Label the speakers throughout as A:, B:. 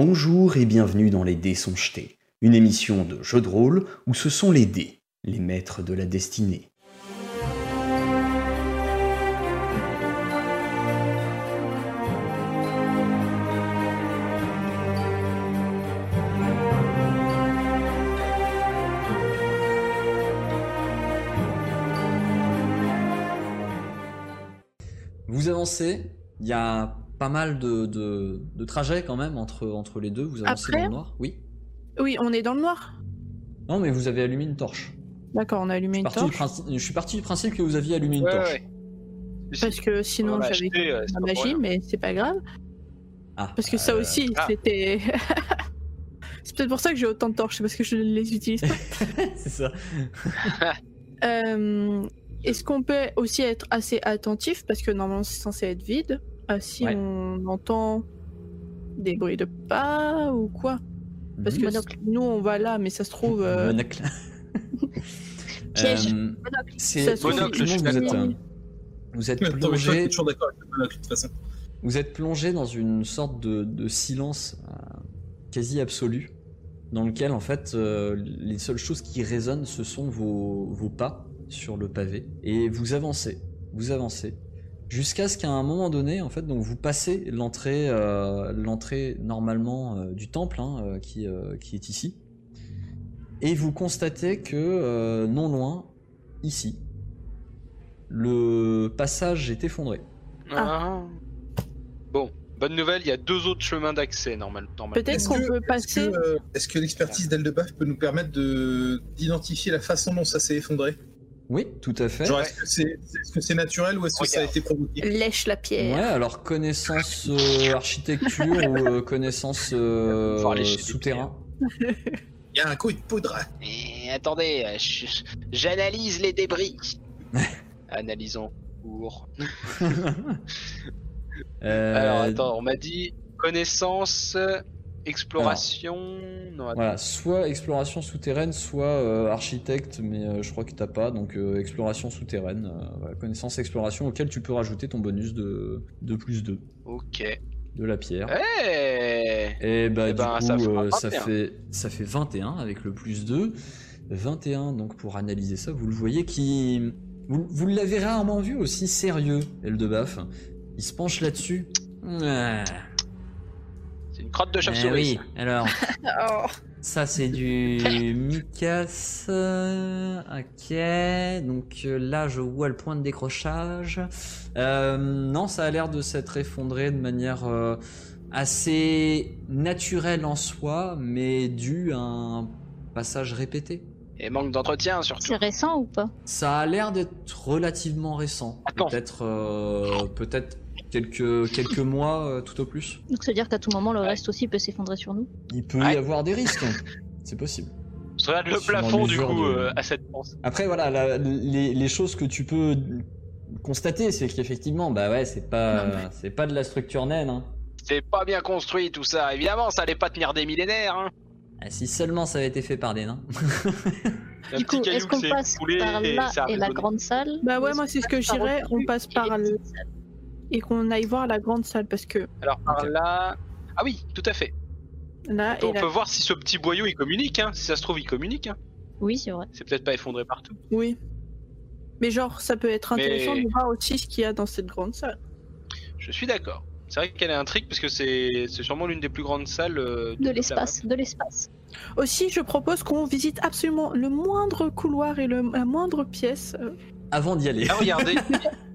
A: Bonjour et bienvenue dans Les Dés sont jetés, une émission de jeu de rôle où ce sont les dés, les maîtres de la destinée.
B: Vous avancez, il y a pas mal de, de, de trajets quand même entre, entre les deux. Vous avancez
C: Après
B: dans le noir Oui
C: Oui, on est dans le noir.
B: Non, mais vous avez allumé une torche.
C: D'accord, on a allumé une
B: Parti
C: torche.
B: du principe- je suis parti du principe que vous aviez allumé une
D: Ouais,
B: torche.
D: ouais. Si,
C: Parce
D: si,
C: que
D: on
C: sinon
D: l'a
C: j'avais
D: acheté, euh,
C: la
D: c'est pas pour
C: magie,
D: rien.
C: mais c'est pas grave.
B: Ah,
C: Parce que ça
B: euh,
C: aussi,
D: ah.
C: c'était. c'est peut-être pour ça que j'ai autant de torches, c'est parce que je les utilise pas.
B: c'est ça.
C: Euh, Est-ce qu'on peut aussi être assez attentif Parce que normalement c'est censé être vide. Ah, si
B: Ouais.
C: on entend des bruits de pas ou quoi Parce
B: Mmh.
C: que nous on va là, mais ça se trouve. euh,
B: Monocle.
E: Piège.
B: Euh, c'est
C: Ça se trouve,
D: Monocle, je suis
B: effectivement, vous êtes, euh, vous êtes
C: d'accord.
F: Mais attends, mais je suis
B: plongé
F: toujours d'accord avec le monocle, de toute façon.
B: Vous êtes plongé dans une sorte de, de silence euh, quasi absolu, dans lequel en fait euh, les seules choses qui résonnent ce sont vos, vos pas sur le pavé, et vous avancez, vous avancez, jusqu'à ce qu'à un moment donné, en fait, donc vous passez l'entrée, euh, l'entrée normalement euh, du temple hein, euh, qui, euh, qui est ici, et vous constatez que euh, non loin, ici, le passage est effondré.
D: Ah. Bon, bonne nouvelle, il y a deux autres chemins d'accès normal, normalement.
C: Peut-être
F: Est-ce
C: qu'on
F: que-
C: peut
F: Est-ce que,
C: passer.
F: euh, est-ce que l'expertise d'Aldebaf peut nous permettre de d'identifier la façon dont ça s'est effondré
B: Oui, tout à fait.
F: Genre, est-ce que c'est est-ce que c'est naturel ou est-ce que ça a
D: Regarde.
F: été provoqué
C: Lèche la
B: Ouais,
C: pierre.
B: alors connaissance euh, architecture ou euh, connaissance euh,
D: Faut aller chez des
B: souterrain.
F: Il y a un coup de poudre.
D: Mais attendez, euh, je- je- j'analyse les débris. Analysons pour.
B: Euh,
D: Alors attends, on m'a dit connaissance, exploration. Non, attends.
B: Voilà, soit exploration souterraine, soit euh, architecte, mais euh, je crois que t'as pas, donc euh, exploration souterraine, euh, voilà, connaissance exploration auquel tu peux rajouter ton bonus de, de plus 2
D: Ok.
B: de la pierre.
D: Hey
B: Et bah
D: Eh
B: du
D: ben,
B: coup,
D: ça fera
B: euh, ça,
D: 21.
B: fait, ça fait 21 avec le plus 2. 21, donc pour analyser ça, vous le voyez qui... Vous, vous l'avez rarement vu aussi sérieux, Eldebaf. Il se penche là-dessus. Ah,
D: C'est une crotte de
B: eh
D: chauve-souris.
B: oui, alors,
C: Oh.
B: ça c'est du Micas. euh, Ok, donc euh, là je vois le point de décrochage. Euh, non, ça a l'air de s'être effondré de manière euh, assez naturelle en soi, mais due à un passage répété.
D: Et manque d'entretien surtout.
E: C'est récent ou pas
B: Ça a l'air d'être relativement récent.
D: Attends.
B: Peut-être euh, peut-être quelques, quelques mois euh, tout au plus.
E: Donc ça veut dire qu'à tout moment le
D: Ouais.
E: reste aussi peut s'effondrer sur nous.
B: Il peut
D: Ouais.
B: y avoir des risques. C'est possible.
D: Je regarde le
B: Sûrement
D: plafond du
B: l'usure
D: coup
B: de-
D: euh, à cette pense.
B: Après, voilà, la- les, les choses que tu peux constater, c'est qu'effectivement, bah ouais, c'est pas,
C: Non, mais-
B: c'est pas de la structure naine. hein.
D: C'est pas bien construit tout ça. Euh, Évidemment, ça allait pas tenir des millénaires. Hein.
B: Ah, si seulement ça avait été fait par des nains.
D: Un petit
E: du coup,
D: caillou
E: est-ce
D: qui
E: qu'on
D: s'est
E: passe
D: écroulé
E: par
D: et
E: là
D: ça a
E: et la
D: résonné.
E: grande salle
C: Bah
E: Ou
C: ouais,
E: est-ce
C: moi, c'est
E: qu'on
C: ce que
E: passe
C: je
E: par
C: dirais,
E: au-dessus
C: on passe
E: et
C: par
E: les
C: le-
E: petites salles
C: Et qu'on aille voir la grande salle parce que
D: Alors par
B: Ok.
D: là. Ah oui, tout à fait.
C: là
D: on
C: et là.
D: peut voir si ce petit boyau il communique. Hein. Si ça se trouve, il communique. Hein.
E: Oui, c'est vrai.
D: C'est peut-être pas effondré partout.
C: Oui. Mais genre, ça peut être
D: Mais-
C: intéressant de voir aussi ce qu'il y a dans cette grande salle.
D: Je suis d'accord. C'est vrai qu'elle est intrigue parce que c'est c'est sûrement l'une des plus grandes salles euh,
E: De
D: la
E: l'espace, de l'espace.
C: Aussi, je propose qu'on visite absolument le moindre couloir et le- la moindre pièce. Euh,
B: Avant d'y aller.
D: map. Ah regardez,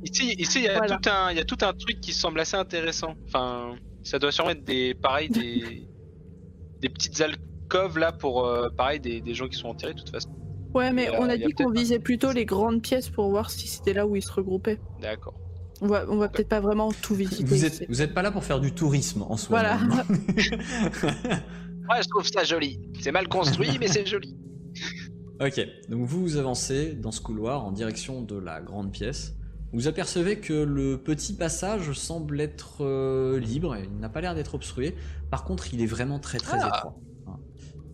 D: ici ici il y a
C: Voilà.
D: tout un il y a tout un truc qui semble assez intéressant. Enfin, ça doit sûrement être des pareil des des petites alcoves là pour euh, pareil des, des gens qui sont enterrés de toute façon.
C: Ouais, mais
D: Et, euh,
C: on a
D: il y a
C: dit qu'on
D: peut-être un-
C: visait plutôt les grandes pièces pour voir si c'était là où ils se regroupaient.
D: D'accord.
C: On va, on va peut-être pas vraiment tout visiter.
B: Vous
C: ici.
B: êtes, vous êtes pas là pour faire du tourisme en soi.
C: Voilà.
B: normalement.
D: Ouais, je trouve ça joli. C'est mal construit mais c'est joli.
B: Ok, donc vous vous avancez dans ce couloir en direction de la grande pièce. Vous apercevez que le petit passage semble être euh, libre, il n'a pas l'air d'être obstrué. Par contre, il est vraiment très très étroit. Hein. Euh,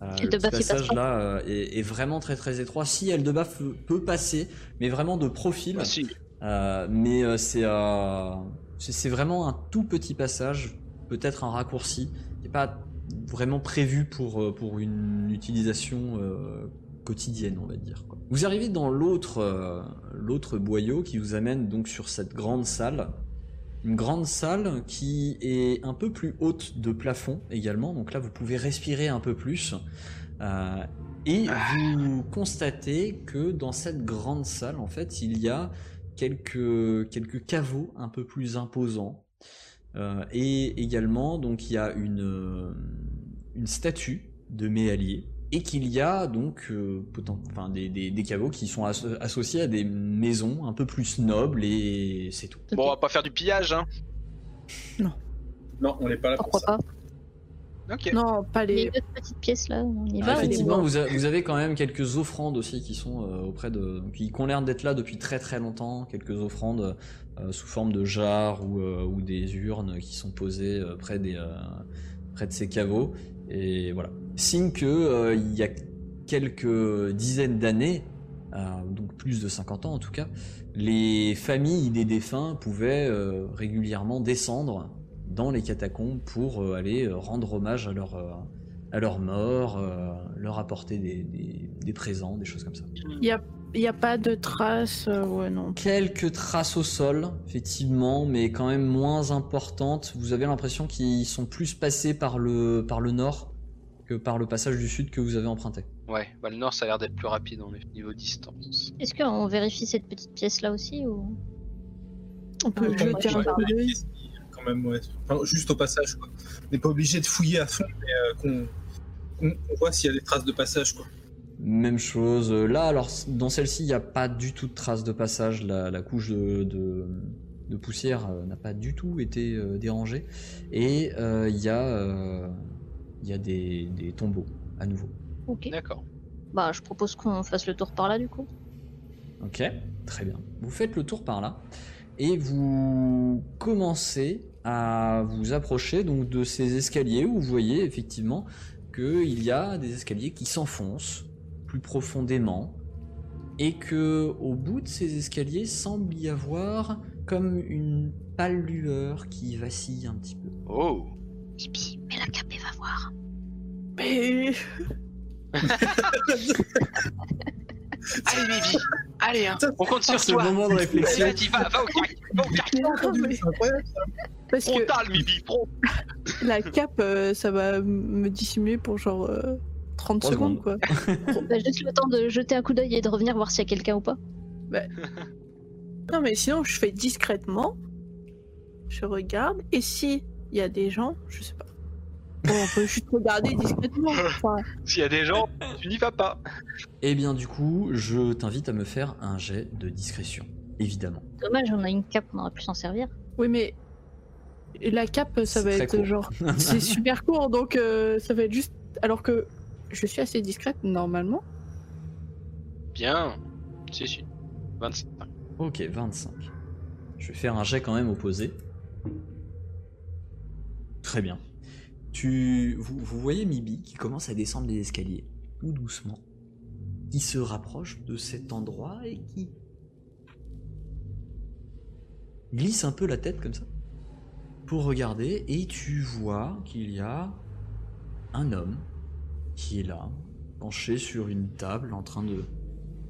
E: Ah. Et
B: le
E: de
B: petit
E: baf, il passe
B: passage là euh, est, est vraiment très très étroit. Si elle de baf peut passer, mais vraiment de profil,
D: Bah, si.
B: euh, mais euh, c'est euh, c'est- c'est vraiment un tout petit passage, peut-être un raccourci, qui n'est pas vraiment prévu pour, euh, pour une utilisation euh, quotidienne, on va dire. quoi. Vous arrivez dans l'autre euh, l'autre boyau qui vous amène donc sur cette grande salle. Une grande salle qui est un peu plus haute de plafond également, donc là vous pouvez respirer un peu plus. Euh, et vous constatez que dans cette grande salle, en fait, il y a quelques, quelques caveaux un peu plus imposants. Euh, et également, donc, il y a une, euh, une statue de Méallier. Et qu'il y a donc euh, poten- enfin, des, des, des caveaux qui sont asso- associés à des maisons un peu plus nobles et c'est tout.
D: Bon, on va pas faire du pillage, hein.
F: Non, on n'est pas là
E: Pourquoi
F: pour ça.
E: pas
D: Ok.
C: Non, pas
E: Il y a
C: les.
E: une autre petite pièce là, on y
B: Ah,
E: va.
C: les
B: effectivement,
C: morts.
B: vous, a- vous avez quand même quelques offrandes aussi qui sont euh, auprès de, qui, qui ont l'air d'être là depuis très très longtemps. Quelques offrandes euh, sous forme de jarres ou, euh, ou des urnes qui sont posées euh, près des, euh, près de ces caveaux. Et voilà, signe que euh, il y a quelques dizaines d'années, euh, donc plus de 50 ans en tout cas, les familles des défunts pouvaient euh, régulièrement descendre dans les catacombes pour euh, aller euh, rendre hommage à leur euh, à leur mort, euh, leur apporter des, des- des présents, des choses comme ça.
C: Il n'y a pas de traces. euh, ouais, non.
B: Quelques traces au sol, effectivement, mais quand même moins importantes. Vous avez l'impression qu'ils sont plus passés par le, par le nord que par le passage du sud que vous avez emprunté.
D: Ouais, bah le nord ça a l'air d'être plus rapide en effet, niveau distance.
E: Est-ce qu'on vérifie cette petite pièce là aussi ou...
C: On peut
E: Ouais,
C: jeter un
E: ouais.
C: coup d'œil.
F: Quand même, ouais. Enfin, juste au passage, quoi. On n'est pas obligé de fouiller à fond, mais euh, qu'on qu'on- qu'on voit s'il y a des traces de passage, quoi.
B: Même chose euh, là, alors dans celle-ci, il n'y a pas du tout de traces de passage, la, la couche de, de- de poussière euh, n'a pas du tout été euh, dérangée, et euh, il y a, euh, il y a des- des tombeaux à nouveau.
E: Ok.
D: D'accord.
E: Bah, je propose qu'on fasse le tour par là du coup.
B: Ok, très bien. Vous faites le tour par là et vous commencez à vous approcher donc de ces escaliers où vous voyez effectivement qu'il y a des escaliers qui s'enfoncent plus profondément et que au bout de ces escaliers semble y avoir comme une pâle lueur qui vacille un petit peu.
D: Oh Tipeee.
E: Mais la capée va voir.
C: Mais
D: Allez baby Allez hein On compte sur
B: Ce
D: toi
B: moment de
D: Allez
B: réflexion.
D: vas-y, va, va au carré Va au carré
F: C'est incroyable.
C: parce
D: On
C: que
D: parle Bibi Pro
C: la cape, euh, ça va m- me dissimuler pour genre euh, 30
B: Trois
C: secondes,
B: secondes.
C: quoi.
E: Bah, juste le temps de jeter un coup d'œil et de revenir voir s'il y a quelqu'un ou pas.
C: Non, mais sinon, je fais discrètement. Je regarde. Et si il y a des gens, je sais pas. Bon, on peut juste regarder discrètement. Enfin,
D: S'il y a des gens, tu n'y vas pas
B: Et Eh bien du coup, je t'invite à me faire un jet de discrétion, évidemment.
E: Dommage, on a une cape, on aurait pu s'en servir.
C: oui, mais la cape,
B: C'est
C: ça va
B: très
C: être
B: court.
C: genre. C'est super court, donc euh, ça va être juste. Alors que je suis assez discrète normalement.
D: Bien Si si. 25.
B: Ok, 25. Je vais faire un jet quand même opposé. Très bien. Tu, vous, vous voyez Mibi qui commence à descendre les escaliers, tout doucement, qui se rapproche de cet endroit et qui glisse un peu la tête comme ça pour regarder et tu vois qu'il y a un homme qui est là, penché sur une table en train de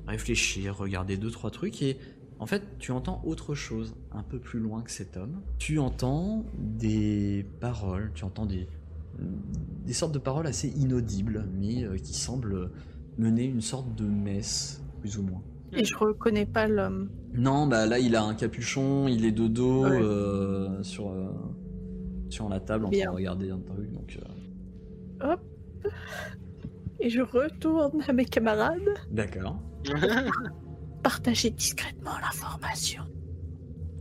B: réfléchir, regarder deux trois trucs et en fait, tu entends autre chose un peu plus loin que cet homme. Tu entends des paroles, tu entends des, des sortes de paroles assez inaudibles, mais euh, qui semblent mener une sorte de messe, plus ou moins.
C: Et je reconnais pas l'homme.
B: Non, bah là, il a un capuchon, il est de dos
C: Ouais.
B: euh, sur, euh, sur la table en
C: Bien.
B: train de regarder un truc. Donc, euh,
C: Et je retourne à mes camarades.
B: D'accord.
C: Partager discrètement l'information.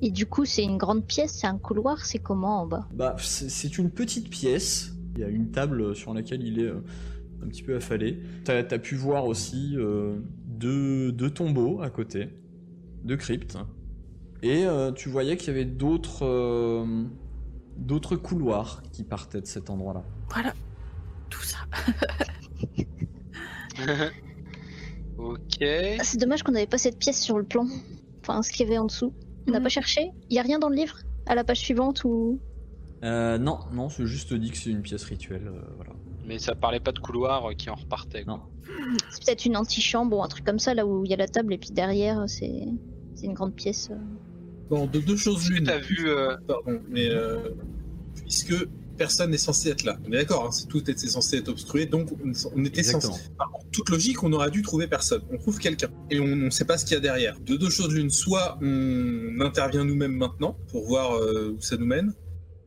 E: Et du coup, c'est une grande pièce, c'est un couloir, c'est comment en bas
B: Bah, c'est c'est une petite pièce. Il y a une table sur laquelle il est euh, un petit peu affalé. T'as as pu voir aussi euh, deux, deux tombeaux à côté, deux cryptes. Et euh, tu voyais qu'il y avait d'autres euh, d'autres couloirs qui partaient de cet endroit-là.
C: Tout ça.
D: ok.
E: Ah, C'est dommage qu'on n'avait pas cette pièce sur le plan. Enfin, ce qu'il y avait en dessous. On n'a
C: Mhm.
E: pas cherché Il y a rien dans le livre À la page suivante ou
B: Euh, non, non, c'est juste dit que c'est une pièce rituelle. euh, voilà.
D: Mais ça parlait pas de couloir euh, qui en repartait. quoi.
B: Non.
E: C'est peut-être une antichambre ou un truc comme ça, là où il y a la table et puis derrière, c'est c'est une grande pièce. euh.
F: Bon, de deux choses l'une.
D: T'as vu. euh,
F: Pardon, mais euh, puisque personne n'est censé être là. On est d'accord, hein, c'est- tout était censé être obstrué, donc on, on était censé.
B: Exactement.
F: Par contre, toute logique, on aurait dû trouver personne. On trouve quelqu'un et on ne sait pas ce qu'il y a derrière. De deux choses l'une, soit on intervient nous-mêmes maintenant pour voir euh, où ça nous mène,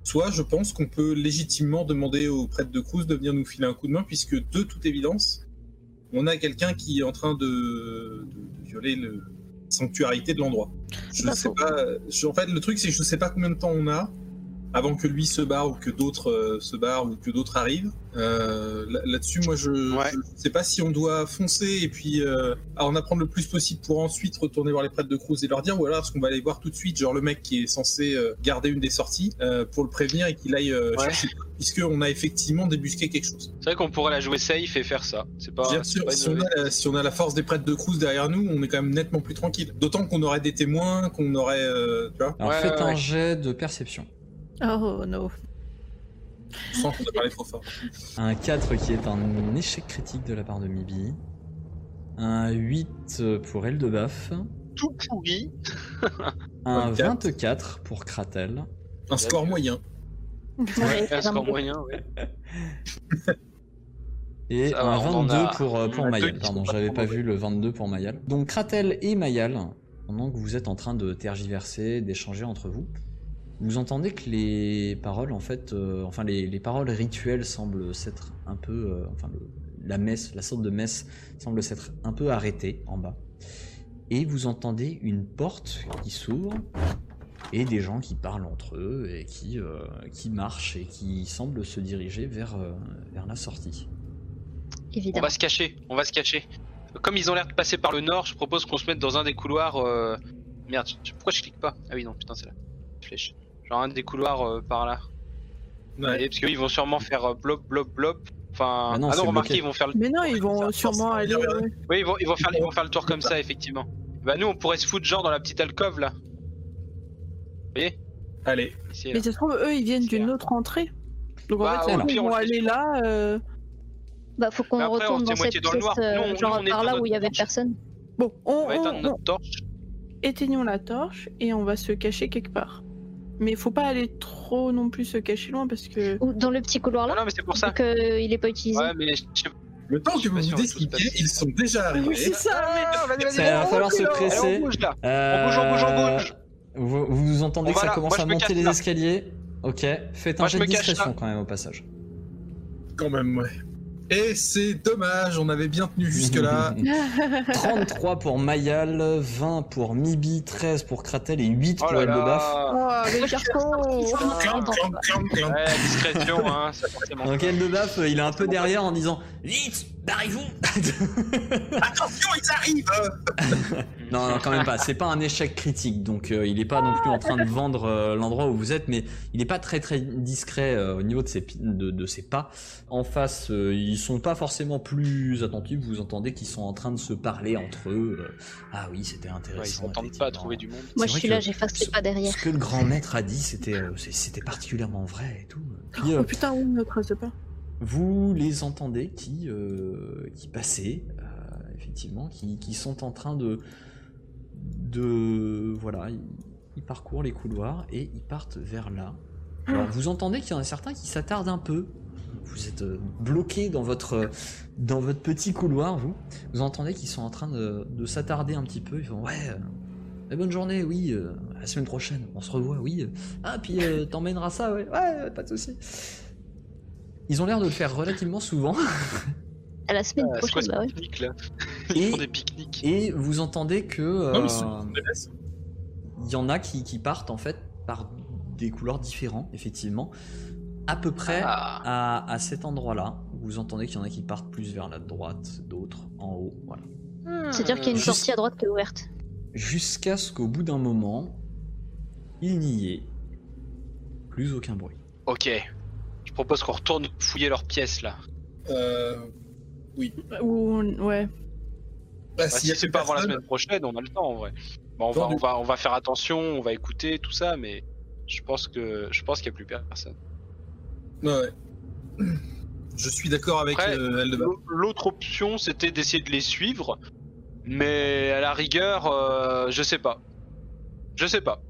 F: soit je pense qu'on peut légitimement demander au prêtre de Cruz de venir nous filer un coup de main, puisque de toute évidence, on a quelqu'un qui est en train de, de- de violer le la sanctuarité de l'endroit. Je
C: pas
F: sais
C: faux.
F: pas. je- en fait, le truc, c'est que je sais pas combien de temps on a avant que lui se barre ou que d'autres euh, se barrent ou que d'autres arrivent. Euh, là- Là-dessus, moi, je,
D: Ouais.
F: je sais pas si on doit foncer et puis euh, en apprendre le plus possible pour ensuite retourner voir les prêtres de Cruz et leur dire, ou alors est-ce qu'on va aller voir tout de suite, genre le mec qui est censé euh, garder une des sorties euh, pour le prévenir et qu'il aille euh,
D: Ouais.
F: chercher, puisqu'on a effectivement débusqué quelque chose.
D: C'est vrai qu'on pourrait la jouer safe et faire ça. C'est pas.
F: Bien
D: Bah, c'est
F: sûr,
D: pas une
F: si on,
D: mauvaise-
F: a la, si on a la force des prêtres de Cruz derrière nous, on est quand même nettement plus tranquille. D'autant qu'on aurait des témoins, qu'on aurait, euh, tu vois,
B: Alors
D: Ouais,
B: faites
D: ouais,
B: un
D: ouais.
B: jet de perception.
C: Oh no.
F: sans qu'on ait parlé trop fort.
B: Un 4 qui est un échec critique de la part de Mibi. Un 8 pour Eldebaf.
D: Tout pourri.
B: Un
F: 24.
B: 24 pour Kratel.
F: Un score moyen.
D: Ouais,
E: c'est
D: un score
E: vraiment-
D: moyen, ouais.
B: Et
D: Ça
B: un
D: va, on en
B: 22
D: a-
B: pour, euh, pour
D: on en a deux
B: Mayal.
D: qui
B: Pardon,
D: sont pas
B: j'avais
D: trop
B: pas
D: mauvais.
B: vu le 22 pour Mayal. Donc Kratel et Mayal, pendant que vous êtes en train de tergiverser, d'échanger entre vous, vous entendez que les paroles, en fait, euh, enfin les, les paroles rituelles semblent s'être un peu, euh, enfin le- la messe, la sorte de messe semble s'être un peu arrêtée en bas. Et vous entendez une porte qui s'ouvre et des gens qui parlent entre eux et qui, euh, qui marchent et qui semblent se diriger vers, euh, vers la sortie.
D: On
E: Évidemment.
D: va se cacher, on va se cacher. Comme ils ont l'air de passer par le nord, je propose qu'on se mette dans un des couloirs. euh, Merde, je- pourquoi je clique pas Ah oui, non, putain, c'est là. Flèche. Genre un des couloirs euh, par là.
F: Ouais. Bah
D: Et parce qu'ils vont sûrement faire euh, blop, blop, blop. Enfin,
B: Ah non,
D: ah
B: c'est
D: non, remarquez,
B: bloqué.
D: ils vont faire le.
C: Mais non,
F: Ouais,
C: ils
F: ça,
C: vont
F: ça,
C: sûrement
F: ça,
C: aller. euh,
F: ça,
C: ouais.
D: Oui, ils vont, ils vont faire, ils vont faire le tour comme ça, effectivement. Bah nous, on pourrait se foutre genre dans la petite alcôve là.
F: Allez,
D: Ici, là.
C: Mais ça se trouve, eux, ils viennent d'une autre entrée. Donc en
D: Bah,
C: fait, ça
B: au
C: se trouve, ils
D: pire, on
C: vont
D: le fait
C: aller
D: sur-
C: là. euh,
E: Bah, faut qu'on
D: Mais après, on
E: retourne
D: était
E: dans cette
D: moitié
E: pièce,
D: dans le noir.
E: euh,
D: Nous, on-
E: genre
D: on est
E: par
D: dans
E: là
D: notre
E: où il y avait
D: planche.
E: personne.
C: Bon, on,
D: On va éteindre
C: on- on-
D: notre torche.
C: éteignons la torche et on va se cacher quelque part. Mais faut pas aller trop non plus se cacher loin parce que.
E: Ou dans le petit couloir
D: Ah
E: là
D: non, mais c'est pour ça.
E: Vu qu'il n'est pas utilisé.
D: Ouais, mais je sais pas.
F: le temps
D: Je
F: que
D: sais
F: vous
D: pas si
F: vous
D: on va tous
F: expliquiez,
D: passer.
F: ils sont déjà
C: Oui,
F: arrivés.
C: c'est ça, mais.
D: Ah, vas-y, vas-y,
B: Ça va
D: vas-y,
B: falloir
D: vas-y,
B: se
D: vas-y,
B: presser.
D: on bouge, là.
B: Euh,
D: bouge, on bouge, on bouge.
B: Vous, vous entendez
D: On
B: que
D: va
B: ça
D: là.
B: commence
D: Moi,
B: à
D: je me
B: monter
D: cache
B: les
D: là.
B: escaliers. Ok, faites un
D: Moi, je
B: jet de
D: me cache
B: discrétion
D: là.
B: quand même au passage.
F: Quand même, ouais. Et c'est dommage, on avait bien tenu jusque-là.
B: 33 pour Mayal, 20 pour Mibi, 13 pour Kratel et 8
D: Oh
B: pour
D: là
B: Eldebaf.
D: là.
E: Ah,
C: Oh, les garçons
F: Clank, clank, clank, clank.
D: Ouais, discrétion, hein, ça forcément.
B: Donc Eldebaf, euh, il est un peu derrière en disant Vite, barrez-vous
F: Attention, ils arrivent
B: Non, non, quand même pas. C'est pas un échec critique, donc euh, il est pas non plus en train de vendre euh, l'endroit où vous êtes, mais il est pas très très discret euh, au niveau de ses, pi- de, de ses pas. En face, euh, ils sont pas forcément plus attentifs. Vous entendez qu'ils sont en train de se parler entre eux. euh, ah oui, c'était
D: Ouais, ils
B: intéressant.
D: s'entendent pas à
B: effectivement.
D: trouver du monde.
B: c'est
E: Moi, je
B: vrai
E: suis là,
B: que-
E: j'efface les pas derrière.
B: Ce que le grand maître a dit, c'était euh, c'est- c'était particulièrement vrai et tout. Puis, euh,
C: Oh putain, oui, notre trace de pas.
B: vous les entendez qui, euh, qui passaient, euh, effectivement, qui, qui sont en train de. de voilà, ils, ils parcourent les couloirs et ils partent vers là. Alors, vous entendez qu'il y en a certains qui s'attardent un peu. Vous êtes bloqué dans votre, dans votre petit couloir, vous. Vous entendez qu'ils sont en train de, de s'attarder un petit peu. Ils font Ouais, euh, eh, bonne journée, oui, euh, à la semaine prochaine, on se revoit, oui. Ah, puis euh, t'emmèneras ça, ouais, ouais, pas de souci. Ils ont l'air de le faire relativement souvent.
E: À la semaine
D: Ah, C'est quoi
E: prochaine,
D: ce
E: bah ouais.
D: pique-nique là Ils
B: Et,
D: font des pique-niques.
B: et vous entendez que. euh,
F: Non, mais c'est-
B: il y en a qui, qui partent en fait par des couloirs différents, effectivement. À peu près
D: Ah,
B: à, à cet endroit-là. Vous entendez qu'il y en a qui partent plus vers la droite, d'autres en haut. Voilà.
D: Ah.
E: C'est-à-dire qu'il y a une
B: Juste-
E: sortie à droite qui est ouverte.
B: Jusqu'à ce qu'au bout d'un moment, il n'y ait plus aucun bruit.
D: ok. Je propose qu'on retourne fouiller leurs pièces là.
F: Euh,
C: Ou, ouais.
F: bah,
D: Bah,
F: s'il y
D: si
F: a
D: c'est
F: plus
D: pas avant la
F: personne,
D: semaine prochaine, on a le temps en vrai. Bah, on, va,
F: Entendu.
D: on, va, on va faire attention, on va écouter tout ça, mais Je pense que je pense qu'il n'y a plus personne.
F: Ouais, ouais. Je suis d'accord avec
D: Après,
F: euh, Aldeba.
D: L'au- L'autre option, c'était d'essayer de les suivre, mais à la rigueur, euh, je sais pas. Je sais pas.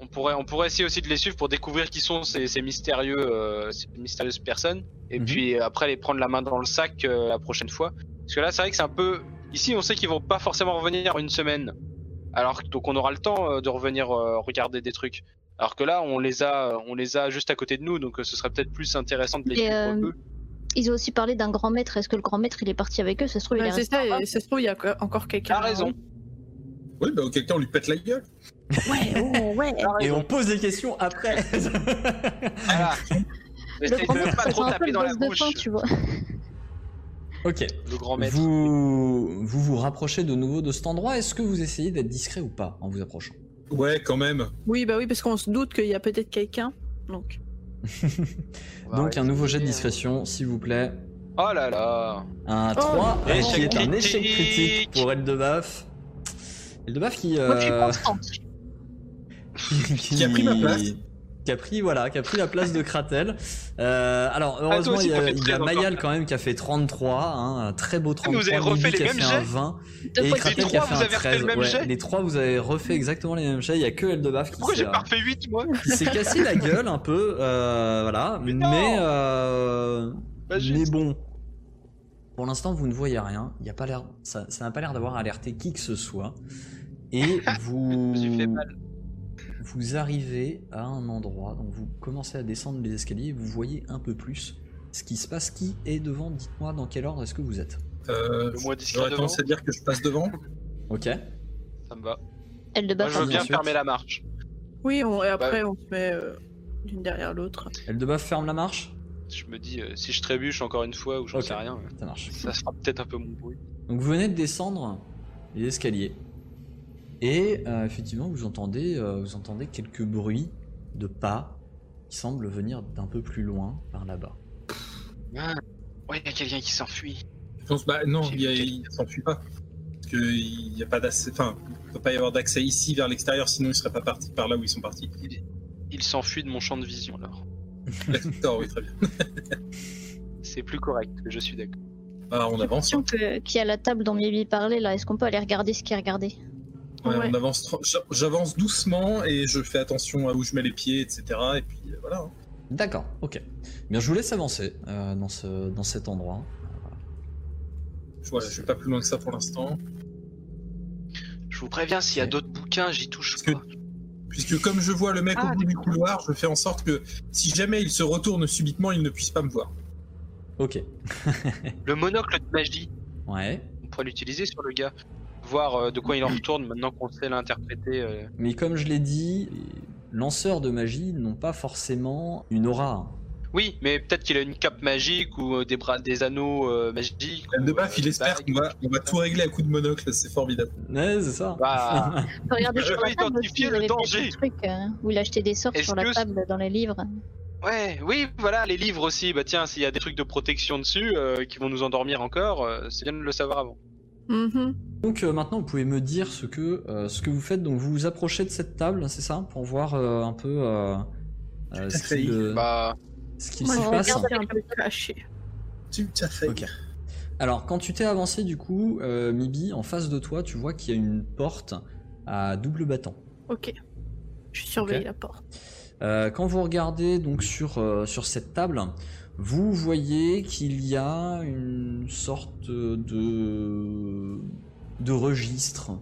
D: On pourrait, on pourrait essayer aussi de les suivre pour découvrir qui sont ces, ces mystérieux, euh, ces mystérieuses personnes, et
B: Mhm.
D: puis après les prendre la main dans le sac euh, la prochaine fois. Parce que là, c'est vrai que c'est un peu. Ici, on sait qu'ils vont pas forcément revenir une semaine, alors que- donc on aura le temps euh, de revenir euh, regarder des trucs. Alors que là, on les a, on les a juste à côté de nous, donc euh, ce serait peut-être plus intéressant de les
E: Et,
D: suivre
E: euh,
D: eux.
E: Ils ont aussi parlé d'un grand maître. Est-ce que le grand maître, il est parti avec eux Ça se trouve, il est
C: Ouais, Bah, c'est
E: resté
C: ça,
E: en bas.
C: et ça se trouve, il y a co- encore quelqu'un.
D: T'as raison.
F: Oui, bah auquel cas on lui pète la gueule.
C: Ouais, oh, ouais.
B: Et on pose les questions après.
D: Voilà.
E: Le
D: Essaye
E: grand
D: de
E: maître,
D: pas
E: ça fait
D: trop
E: un peu
D: taper
E: le
D: dans la
E: boss de
D: bouche,
E: fin, tu vois.
B: Euh, ok.
D: le grand maître.
B: Vous, vous vous rapprochez de nouveau de cet endroit. Est-ce que vous essayez d'être discret ou pas en vous approchant
F: Ouais, quand même.
C: Oui, bah oui, parce qu'on se doute qu'il y a peut-être quelqu'un. Donc,
B: Donc un nouveau jet de discrétion, s'il vous plaît.
D: bah euh, Oh là là.
B: Un
C: Oh,
B: 3,
D: échec
B: qui est un
D: critique.
B: échec critique pour Eldebaf. Eldebaf qui,
E: Moi, je suis
B: euh,
E: constante.
B: qui,
F: Qui a pris ma place.
B: qui a pris, voilà, qui a pris la place de Kratel. Euh, alors, heureusement,
D: aussi,
B: il y
D: t'as
B: a,
D: fait
B: il y a
D: très longtemps.
B: Mayal quand même qui a fait 33, hein, un très beau
D: mais
B: 33.
D: vous avez
B: Bibi
D: refait les
B: qui a
D: mêmes
B: fait un
D: jets
B: 20.
E: Deux
B: Et
E: fois
B: Kratel
D: Kratel
E: dix.
D: les
B: qui a
D: trois,
B: fait
D: vous
B: un
D: avez refait
B: 13.
D: le même
B: Ouais,
D: jet
B: les trois, vous avez refait exactement les mêmes jets. Il y a que Eldebaf qui
D: Pourquoi
B: s'est
D: j'ai pas refait 8 moi
B: qui s'est cassé la gueule un peu. euh, voilà.
D: Mais
B: Mais,
D: non
B: euh,
D: Bah, j'ai-
B: mais bon. Pour l'instant, vous ne voyez rien. Il y a pas l'air, ça ça n'a pas l'air d'avoir alerté qui que ce soit. Et vous,
D: J'ai fait mal.
B: vous arrivez à un endroit. Donc vous commencez à descendre les escaliers. et Vous voyez un peu plus ce qui se passe. Qui est devant Dites-moi dans quel ordre est-ce que vous êtes.
F: Euh,
D: Le moins discret
F: J'aurais
D: devant,
F: tendance à dire que je passe devant.
B: Ok.
D: ça me va.
E: Elle de
D: Moi,
E: base.
D: je veux bien
B: ensuite.
D: fermer la marche.
C: oui, on- et après, on se met euh, l'une derrière l'autre.
B: Eldebaf ferme la marche.
D: Je me dis, euh, si je trébuche encore une fois ou j'en
B: Ok.
D: sais rien, euh,
B: Ça marche.
D: ça fera peut-être un peu mon bruit.
B: Donc vous venez de descendre les escaliers et euh, effectivement vous entendez, euh, vous entendez quelques bruits de pas qui semblent venir d'un peu plus loin par là-bas.
D: Ouais, il y a quelqu'un qui s'enfuit.
F: Je pense, bah non,
D: J'ai
F: il y a-
D: vu
F: il s'enfuit pas. Parce qu'il n'y a pas d'accès. Enfin, il peut pas y avoir d'accès ici vers l'extérieur, sinon ils seraient pas partis par là où ils sont partis.
D: Il s'enfuit de mon champ de vision alors.
F: D'accord, oui, très bien.
D: C'est plus correct, je suis d'accord.
F: Bah, on avance. hein.
E: que qui est à la table dont Bibi parlait là Est-ce qu'on peut aller regarder ce qu'il regardait
F: Ouais,
C: Ouais.
F: On avance. tra- j'a- J'avance doucement et je fais attention à où je mets les pieds, etc. Et puis euh, voilà. hein.
B: D'accord, ok. Bien, je vous laisse avancer euh, dans, ce, dans cet endroit.
F: Je, voilà, je suis pas plus loin que ça pour l'instant.
D: Je vous préviens, s'il y a
B: Ouais.
D: d'autres bouquins, j'y touche
F: Parce que-
D: pas.
F: Puisque comme je vois le mec au bout du couloir, je fais en sorte que si jamais il se retourne subitement, il ne puisse pas me voir.
B: Ok.
D: Le monocle de magie,
B: Ouais.
D: on pourrait l'utiliser sur le gars. Voir euh, de quoi il en retourne maintenant qu'on sait l'interpréter. euh,
B: Mais comme je l'ai dit, les lanceurs de magie n'ont pas forcément une aura.
D: Oui, mais peut-être qu'il a une cape magique ou euh, des bras, des anneaux euh, magiques. ou,
F: De baf,
D: euh,
F: il
D: des
F: espère
D: bagues.
F: qu'on va, on va tout régler à coups de monocle, c'est formidable.
B: Ouais, c'est ça.
D: Bah,
E: On peut regarder
D: Je
E: sur la
D: veux
E: table
D: identifier
E: aussi, il
D: le
E: y avait peut-être
D: danger.
E: des trucs, euh, où il achetait des sorts
D: Est-ce
E: sur la
D: que-
E: table dans les livres.
D: ouais, oui, voilà, les livres aussi. Bah tiens, s'il y a des trucs de protection dessus euh, qui vont nous endormir encore, euh, c'est bien de le savoir avant.
C: Mhm.
B: Donc euh, maintenant, vous pouvez me dire ce que, euh, ce que vous faites. Donc vous vous approchez de cette table, c'est ça Pour voir euh, un peu euh, euh,
F: à
B: ce
F: fait.
B: qu'il euh,
D: Bah,
B: ce qu'il
C: Moi,
B: s'y
C: je
B: passe.
C: regarde un peu caché.
F: Tu t'as fait.
B: Ok. Alors, quand tu t'es avancé, du coup, euh, Mibi, en face de toi, tu vois qu'il y a une porte à double battant.
C: Ok. Je surveille la porte.
B: Euh, quand vous regardez donc sur, euh, sur cette table, vous voyez qu'il y a une sorte de, de registre,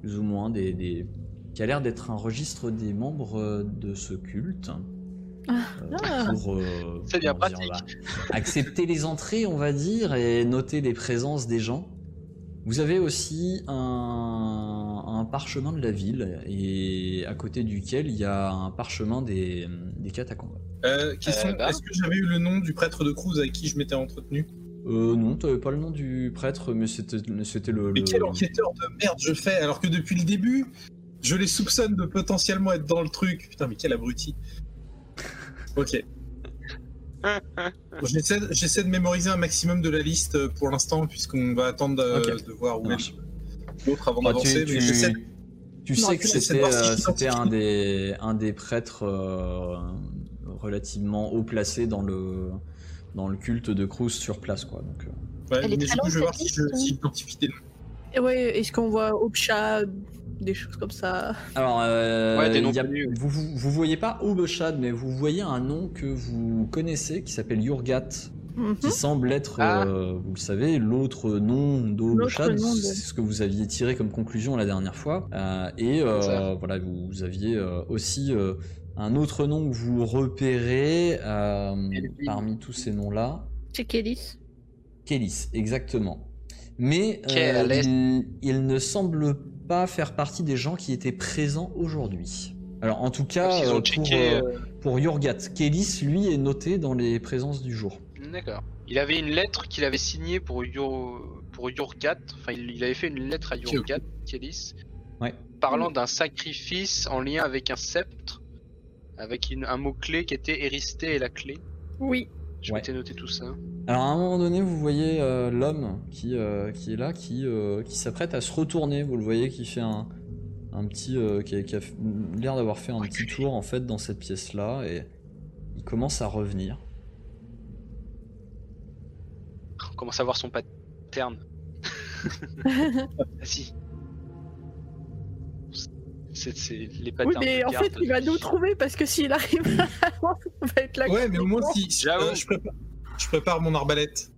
B: plus ou moins, des, des- qui a l'air d'être un registre des membres euh, de ce culte. euh,
C: Ah.
B: pour, euh,
D: C'est bien
B: comment dire,
D: pratique.
B: bah, accepter les entrées, on va dire, et noter les présences des gens. Vous avez aussi un, un parchemin de la ville, et à côté duquel il y a un parchemin des, des catacombes.
F: Euh, question,
D: Euh, bah.
F: est-ce que j'avais eu le nom du prêtre de Cruz avec qui je m'étais entretenu
B: Euh, non, t'avais pas le nom du prêtre, mais c'était mais c'était le.
F: Mais
B: le-
F: quel enquêteur de merde je fais alors que depuis le début, je les soupçonne de potentiellement être dans le truc. Putain, mais quel abruti. Ok. J'essaie j'essaie de mémoriser un maximum de la liste pour l'instant, puisqu'on va attendre euh,
B: Ok.
F: de voir où
B: Ça
F: est
B: marche.
F: l'autre avant
B: Bah, tu,
F: d'avancer. mais
B: tu-
F: j'essaie de-
B: tu Tu
C: Non,
B: sais que
F: tu sais,
B: c'était
F: c'est pas si
B: euh, c'était
F: identifié.
B: un des, un des prêtres euh, relativement haut placé dans le, dans le culte de Cruz sur place. Quoi. Donc, euh,
F: Ouais,
E: Elle est
F: mais
E: très
F: du coup, je vais voir
E: lente, cette
F: si je-
E: liste,
F: si j'identifie des noms.
C: Et ouais, est-ce qu'on voit Opcha, des choses comme ça
B: Alors, euh,
D: Ouais, des noms
B: il y a-
D: connus.
B: vous, vous, vous voyez pas Obeshad, mais vous voyez un nom que vous connaissez qui s'appelle Yurgat,
C: Mhm.
B: qui semble être,
D: Ah.
B: euh, vous le savez, l'autre nom d'Obeshad,
C: L'autre nom de-
B: c'est ce que vous aviez tiré comme conclusion la dernière fois. Euh, et euh,
D: ça.
B: voilà, vous, vous aviez euh, aussi euh, un autre nom que vous repérez euh,
D: Elvin.
B: parmi tous ces noms-là.
C: Check Ellis.
B: Kélis, exactement. Mais euh,
D: Kélis.
B: il, il ne semble pas faire partie des gens qui étaient présents aujourd'hui. Alors en tout
D: Parce
B: cas,
D: qu'ils
B: euh,
D: ont
B: pour,
D: checké.
B: euh, pour Yurgat, Kélis, lui, est noté dans les présences du jour.
D: euh, D'accord. Il avait une lettre qu'il avait signée pour, Yo- pour Yurgat. Enfin, il, il avait fait une lettre à
F: Ok,
D: Yurgat, Kélis,
B: Ouais.
D: parlant d'un sacrifice en lien avec un sceptre, avec une- un mot-clé qui était Éristé et la clé.
C: Oui.
D: Je
B: Ouais.
D: m'étais noté tout ça.
B: Alors à un moment donné, vous voyez euh, l'homme qui, euh, qui est là, qui, euh, qui s'apprête à se retourner. Vous le voyez qui fait un, un petit, euh, qui a, qui a f- l'air d'avoir fait un petit tour en fait dans cette pièce là et il commence à revenir.
D: On commence à voir son pattern. Ah, Vas-y. C'est c'est les patterns.
C: Oui, mais
D: de
C: en fait,
D: garde.
C: il va nous trouver parce que s'il arrive avant, on va être là.
F: Ouais, mais au moins, si, si-
D: J'avoue.
F: euh, je, prépare, je prépare mon arbalète.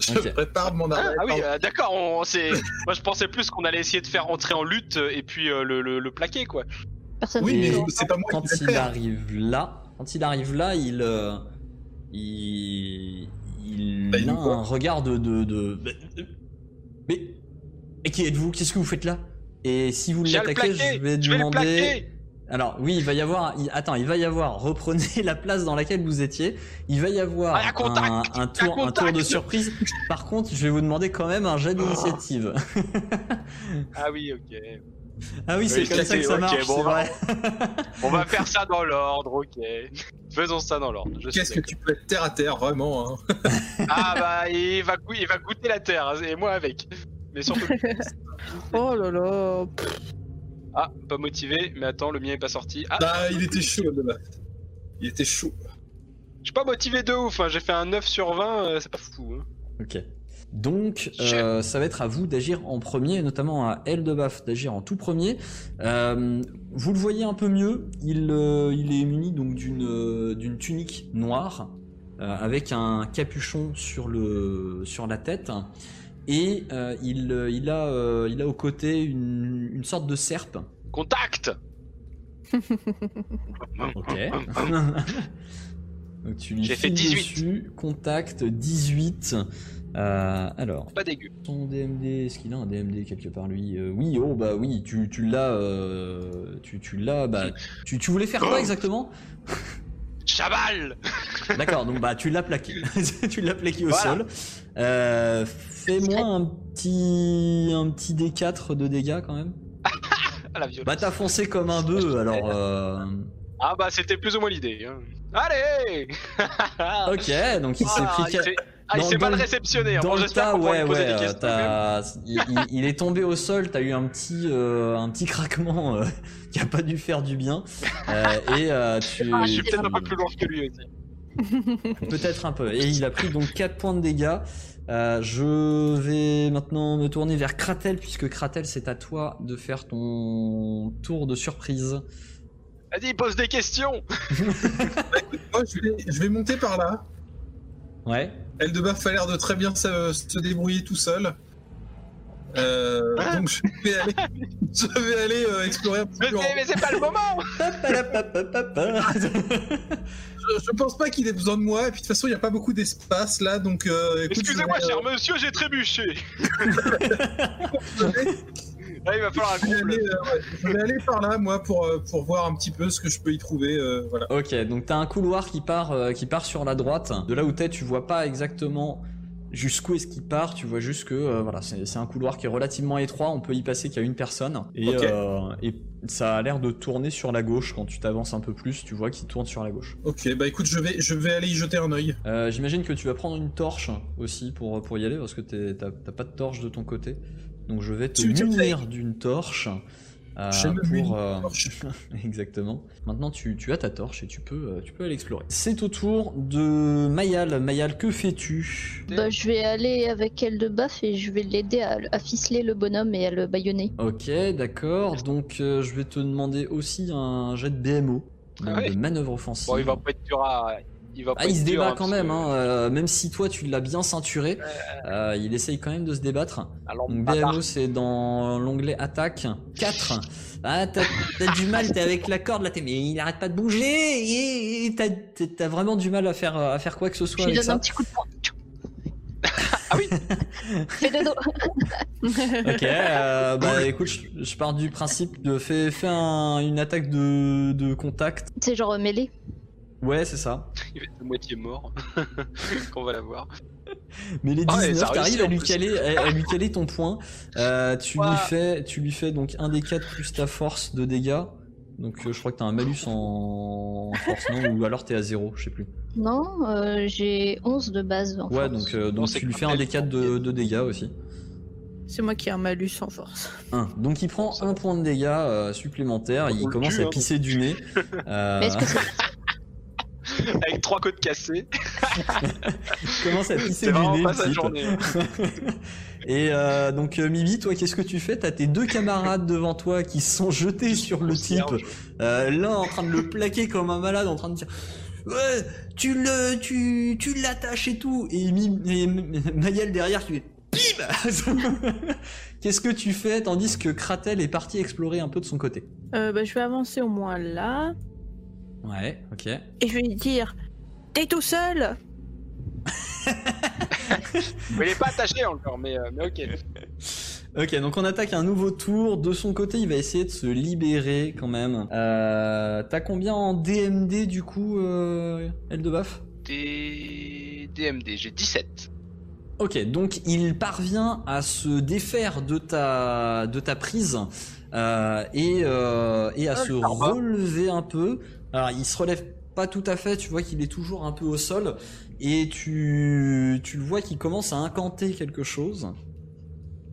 F: Je
B: Ok.
F: prépare mon
D: Ah,
F: arbalète.
D: ah oui,
F: pardon.
D: euh, d'accord. on- c'est- Moi, je pensais plus qu'on allait essayer de faire entrer en lutte euh, et puis euh, le, le- le plaquer, quoi. euh,
E: Personne
F: oui, mais
B: Et
F: c'est pas moi
B: quand
F: qui vais le
B: il
F: faire.
B: arrive là, quand il arrive là, il euh, il, il
F: Bah, il
B: a
F: nous voit.
B: un regard de de, de- bah, mais et qui êtes-vous Qu'est-ce que vous faites là Et si vous
D: Je viens le
B: l'attaquez,
D: plaquer,
B: je vais
D: je vais le
B: demander.
D: plaquer.
B: Alors oui, il va y avoir. il- attends, il va y avoir. Reprenez la place dans laquelle vous étiez. Il va y avoir
D: Ah, il y a contact
B: un, un
D: Il y a
B: tour, un tour de
D: contact
B: surprise. Par contre, je vais vous demander quand même un jet d'initiative.
D: Ah oui, ok.
B: ah oui, c'est
D: Oui,
B: comme ça que ça
D: ok,
B: marche.
D: bon,
B: c'est
D: bah,
B: vrai.
D: On va faire ça dans l'ordre, ok. Faisons ça dans l'ordre. je suis
F: Qu'est-ce que tu peux être terre à terre, vraiment. hein.
D: d'accord. Ah bah, il va, gou- il va goûter la terre hein, et moi avec. Mais surtout.
C: Oh là là. Pff,
D: Ah, pas motivé. Mais attends, le mien est pas sorti. Ah,
F: Bah, il était chaud, là Il était chaud.
D: je suis pas motivé de ouf. hein, J'ai fait un 9 sur 20. euh, c'est pas fou. hein.
B: Ok. Donc,
D: Je-
B: euh, ça va être à vous d'agir en premier, et notamment à Eldebaf d'agir en tout premier. Euh, vous le voyez un peu mieux. Il, euh, il est muni donc d'une euh, d'une tunique noire euh, avec un capuchon sur le sur la tête et euh, il, euh, il a euh, il a au côté une, une sorte de serpe.
D: Contact
B: Ok. donc tu lui
D: J'ai fait
B: files
D: 18.
B: dessus. Contact 18. Euh, alors.
D: Pas dégueu.
B: Son DMD, est-ce qu'il a un DMD quelque part lui Euh, Oui, oh bah oui, tu, tu l'as, euh, tu, tu l'as, bah tu, tu voulais faire
D: Oh.
B: quoi exactement
D: Chaval
B: D'accord, donc bah tu l'as plaqué, tu l'as plaqué au
D: Voilà.
B: sol. Euh, Fais-moi un petit, un petit D4 de dégâts quand même.
D: Ah la violence.
B: Bah t'as foncé comme un bœuf, alors. euh,
D: Ah bah, c'était plus ou moins l'idée. hein. Allez
B: Ok, donc il s'est
D: Ah,
B: pris.
D: il s'est- ah, il
B: Dans-
D: s'est
B: dans
D: mal
B: le-
D: réceptionné. hein.
B: Dans
D: Bon,
B: le
D: j'espère
B: tas,
D: qu'on pourra
B: ouais,
D: lui poser
B: ouais,
D: des
B: euh,
D: questions.
B: t'as- il, il- il est tombé au sol, t'as eu un petit, euh, un petit craquement euh, qui a pas dû faire du bien. Euh, et euh, tu,
D: Ah, Je suis peut-être un peu
B: tu-
D: plus loin que lui aussi.
B: peut-être un peu. Et il a pris donc 4 points de dégâts. Euh, je vais maintenant me tourner vers Kratel, puisque Kratel, c'est à toi de faire ton tour de surprise.
D: Vas-y, pose des questions
F: Moi, je vais, je vais monter par là.
B: Ouais.
F: Elle de Baff a l'air de très bien se, se débrouiller tout seul. Euh,
D: Ah.
F: donc je vais aller, je vais aller euh, explorer un petit
D: Mais
F: peu. en-
D: c'est- mais c'est pas le moment
F: Je, je pense pas qu'il ait besoin de moi. Et puis de toute façon, il n'y a pas beaucoup d'espace là, donc. euh, écoute,
D: Excusez-moi,
F: je vais,
D: cher monsieur, j'ai trébuché.
F: je vais-
D: Là, il va falloir un
F: Je
D: gros
F: vais,
D: bleu.
F: aller, euh, ouais, je vais aller par là, moi, pour, euh, pour voir un petit peu ce que je peux y trouver. euh, voilà.
B: Ok, donc t'as un couloir qui part, euh, qui part sur la droite. De là où t'es, tu vois pas exactement jusqu'où est-ce qu'il part. Tu vois juste que euh, voilà, c'est c'est un couloir qui est relativement étroit. On peut y passer qu'à une personne. Et,
F: Ok.
B: euh, et ça a l'air de tourner sur la gauche. Quand tu t'avances un peu plus, tu vois qu'il tourne sur la gauche.
F: Ok, bah écoute, je vais, je vais aller y jeter un œil.
B: Euh, J'imagine que tu vas prendre une torche aussi pour, pour y aller parce que t'es- t'as t'as pas de torche de ton côté. Donc je vais te
F: Tu- tu
B: munir d'une torche. euh,
F: J'ai même eu une
B: pour, euh,
F: torche.
B: exactement. Maintenant, tu, tu as ta torche et tu peux, euh, tu peux aller explorer. C'est au tour de Mayal. Mayal, que fais-tu
E: Bah, je vais aller avec elle de baf et je vais l'aider à, à ficeler le bonhomme et à le baïonner.
B: Ok, d'accord. Donc, euh, je vais te demander aussi un jet de BMO, donc
D: Ah ouais.
B: de manœuvre offensive.
D: Bon, il va pas être dur à. Il va pas
B: Ah, il
D: être
B: se
D: dur,
B: débat
D: hein,
B: quand
D: parce
B: même,
D: que-
B: hein, euh, même si toi tu l'as bien ceinturé, euh, il essaye quand même de se débattre.
D: Alors,
B: Donc
D: bâtard.
B: BMO c'est dans l'onglet attaque 4. Ah, t'as t'as du mal, t'es avec la corde là, t'es- mais il arrête pas de bouger et et t'as- t'as vraiment du mal à faire, à faire quoi que ce soit
E: Je lui
B: avec
E: donne un
B: ça.
E: petit coup de poing.
D: Ah oui.
E: Fais dodo.
B: Ok, euh, bah écoute, je, je pars du principe de fais, fais un- une attaque de, de contact.
E: C'est genre euh, mêlée.
B: Ouais, c'est ça.
D: Il va être de moitié mort. Qu'on va la voir.
B: Mais les
D: Ah ouais,
B: 19,
D: ça réussit,
B: t'arrives à,
D: en
B: lui
D: plus.
B: caler- à, à lui caler ton point. Euh, tu, lui
D: Ouah.
B: fais, tu lui fais donc un des 4 plus ta force de dégâts. Donc euh, je crois que t'as un malus en en force, non Ou alors t'es à 0, je sais plus.
E: Non, euh, j'ai 11 de base. En
B: Ouais,
E: force.
B: donc, euh, donc
D: Non, c'est
B: tu lui
D: pas
B: fais un
D: mal.
B: des 4 de, de dégâts aussi.
C: C'est moi qui ai un malus en force.
B: 1. Donc il prend
D: Ça va.
B: un point de dégâts euh, supplémentaire, il
D: le
B: commence
D: tue,
B: à
D: hein.
B: pisser du nez. Euh,
E: Mais est-ce que c'est
D: Avec trois côtes cassées.
B: il commence à pisser
D: C'est
B: du
D: vraiment
B: nez.
D: pas
B: le
D: sa
B: type.
D: journée. hein.
B: Et euh, donc euh, Mimi, toi, qu'est-ce que tu fais T'as tes deux camarades devant toi qui se sont jetés sur le type. Euh, L'un en train de le plaquer comme un malade, en train de dire ouais, tu le, tu, tu l'attaches et tout. Et, Mim- et M- Mayel derrière, tu es bim. qu'est-ce que tu fais Tandis que Kratel est parti explorer un peu de son côté.
C: Euh, bah, je vais avancer au moins là.
B: Ouais, ok.
C: Et je vais lui dire T'es tout seul
D: Mais il est pas attaché encore, mais, euh, mais ok.
B: Ok, donc on attaque un nouveau tour. De son côté, il va essayer de se libérer quand même. Euh, T'as combien en DMD du coup, euh, Eldebaf
D: D- DMD, j'ai 17.
B: Ok, donc il parvient à se défaire de ta, de ta prise euh, et, euh, et à se
D: pardon.
B: relever un peu. Alors il se relève pas tout à fait, tu vois qu'il est toujours un peu au sol et tu, tu le vois qu'il commence à incanter quelque chose.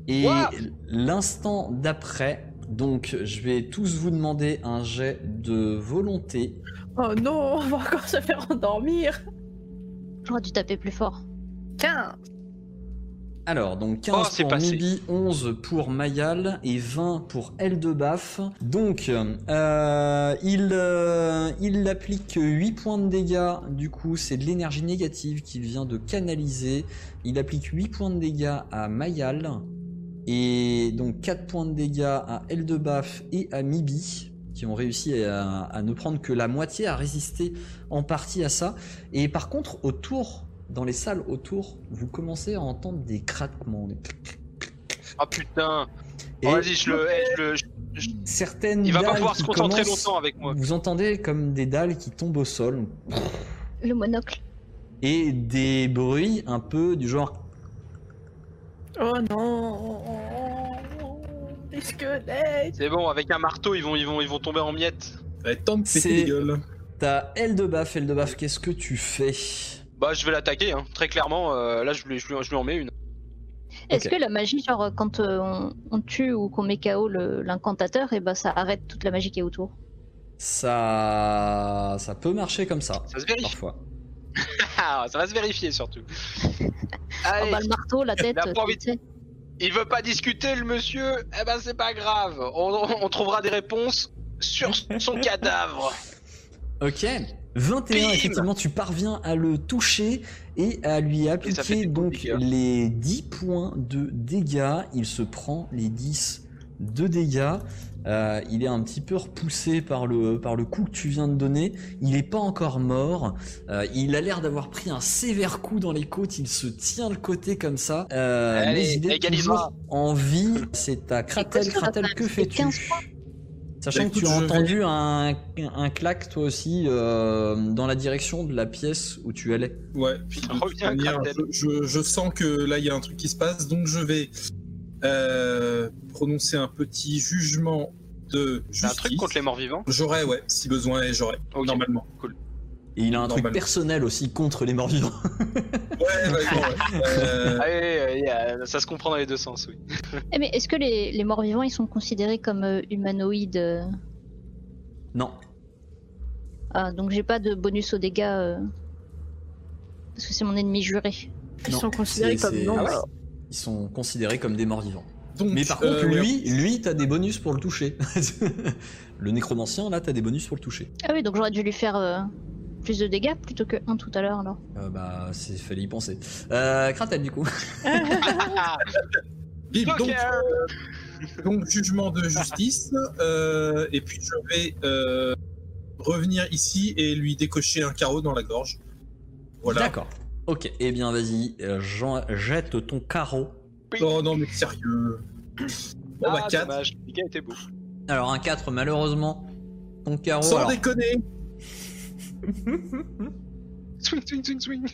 B: Et
D: Ouah
B: l'instant d'après, donc je vais tous vous demander un jet de volonté.
C: Oh non, on va encore se faire endormir
E: J'aurais dû taper plus fort.
C: 15
B: Alors, donc
D: Oh,
B: 15
D: c'est
B: pour
D: passé.
B: Mibi, 11 pour Mayal et 20 pour Eldebaf. Donc, euh, il, euh, il applique 8 points de dégâts. Du coup, c'est de l'énergie négative qu'il vient de canaliser. Il applique 8 points de dégâts à Mayal. Et donc 4 points de dégâts à Eldebaf et à Mibi, qui ont réussi à, à ne prendre que la moitié, à résister en partie à ça. Et par contre, autour, dans les salles autour, vous commencez à entendre des craquements. des clic, clic, clic.
D: Ah putain.
B: Et
D: Oh, Vas-y, je le. eh, je le- je-
B: certaines
D: Il va pas
B: dalles
D: pouvoir
B: qui
D: se concentrer
B: commencent-
D: longtemps hein. avec moi.
B: Vous entendez comme des dalles qui tombent au sol
E: Le monocle.
B: et des bruits un peu du genre
C: Oh non Des squelettes
D: C'est bon, avec un marteau, ils vont, ils vont, ils vont tomber en miettes.
F: Allez, Tant de péter
B: C'est-
F: les gueules.
B: T'as Eldebaf, Eldebaf, qu'est-ce que tu fais
D: Bah, je vais l'attaquer, hein. très clairement. euh, là, je lui, je, lui, je lui en mets une.
E: Est-ce
B: Ok.
E: que la magie, genre euh, quand euh, on, on tue ou qu'on met KO le- l'incantateur, et bah ça arrête toute la magie qui est autour
B: Ça. Ça peut marcher comme ça,
D: Ça se vérifie.
B: parfois.
D: Ah, ça va se vérifier surtout.
E: Ah
D: Allez,
E: bah, le marteau, la tête.
D: pas
E: euh,
D: envie de-
E: tu sais.
D: il veut pas discuter, le monsieur. Eh ben, c'est pas grave. On, on trouvera des réponses sur son cadavre.
B: Ok. 21,
D: Bim
B: effectivement, tu parviens à le toucher et à lui
D: ça fait
B: appliquer
D: des
B: donc
D: dégâts.
B: les 10 points de dégâts. Il se prend les 10 de dégâts. Euh, il est un petit peu repoussé par le, par le coup que tu viens de donner. Il n'est pas encore mort. Euh, il a l'air d'avoir pris un sévère coup dans les côtes. Il se tient le côté comme ça. Euh,
D: Allez,
B: mais il est
D: égalisera.
B: toujours en vie. C'est à Kratel.
E: Est-ce que ça
B: Kratel,
E: va
B: que
E: faire
B: fais-tu
E: 15 points
B: Sachant
F: Bah,
B: que tu as
F: écoute, je vais-
B: entendu un, un claque toi aussi euh, dans la direction de la pièce où tu allais.
F: Ouais, puis de toute
D: Reviens,
F: manière,
D: Kratel.
F: je, je- je sens que là, il y a un truc qui se passe, donc je vais euh, prononcer un petit jugement de
D: C'est
F: justice.
D: un truc contre les morts vivants.
F: J'aurais, ouais, si besoin, et j'aurais,
D: Ok.
F: normalement.
D: cool.
B: Et il a un truc
F: Normal.
B: personnel aussi contre les morts-vivants.
F: Ouais, d'accord, ouais. Euh,
D: Ah oui, oui, oui, euh, ça se comprend dans les deux sens, oui.
E: Eh, mais est-ce que les, les morts-vivants, ils sont considérés comme euh, humanoïdes euh
B: non.
E: Ah, donc j'ai pas de bonus aux dégâts. euh, Parce que c'est mon ennemi juré.
C: Ils
B: Non,
C: sont considérés
B: c'est-
C: comme
B: c'est-
C: non
B: ah ouais.
C: morts.
B: Ils sont considérés comme des morts-vivants.
F: donc,
B: Mais par
F: euh,
B: contre,
F: ouais.
B: lui, lui, t'as des bonus pour le toucher. le nécromancien, là, t'as des bonus pour le toucher.
E: Ah oui, donc j'aurais dû lui faire euh, plus de dégâts plutôt que un tout à l'heure alors.
B: Euh, bah, c'est fallait y penser. Euh, Kratel, du coup.
C: Ah
F: Bim, donc, euh,
D: Joker
F: donc, jugement de justice. euh, et puis, je vais euh, revenir ici et lui décocher un carreau dans la gorge. Voilà.
B: D'accord. Ok. Eh bien, vas-y, euh, Jean, jette ton carreau.
F: Non, Oh, non, mais sérieux. Bon, bah,
D: Ah,
F: 4.
D: dommage, le gars était beau.
B: Alors, un 4, malheureusement. Ton carreau.
F: Sans
B: alors,
F: déconner
D: Swing, swing, swing, swing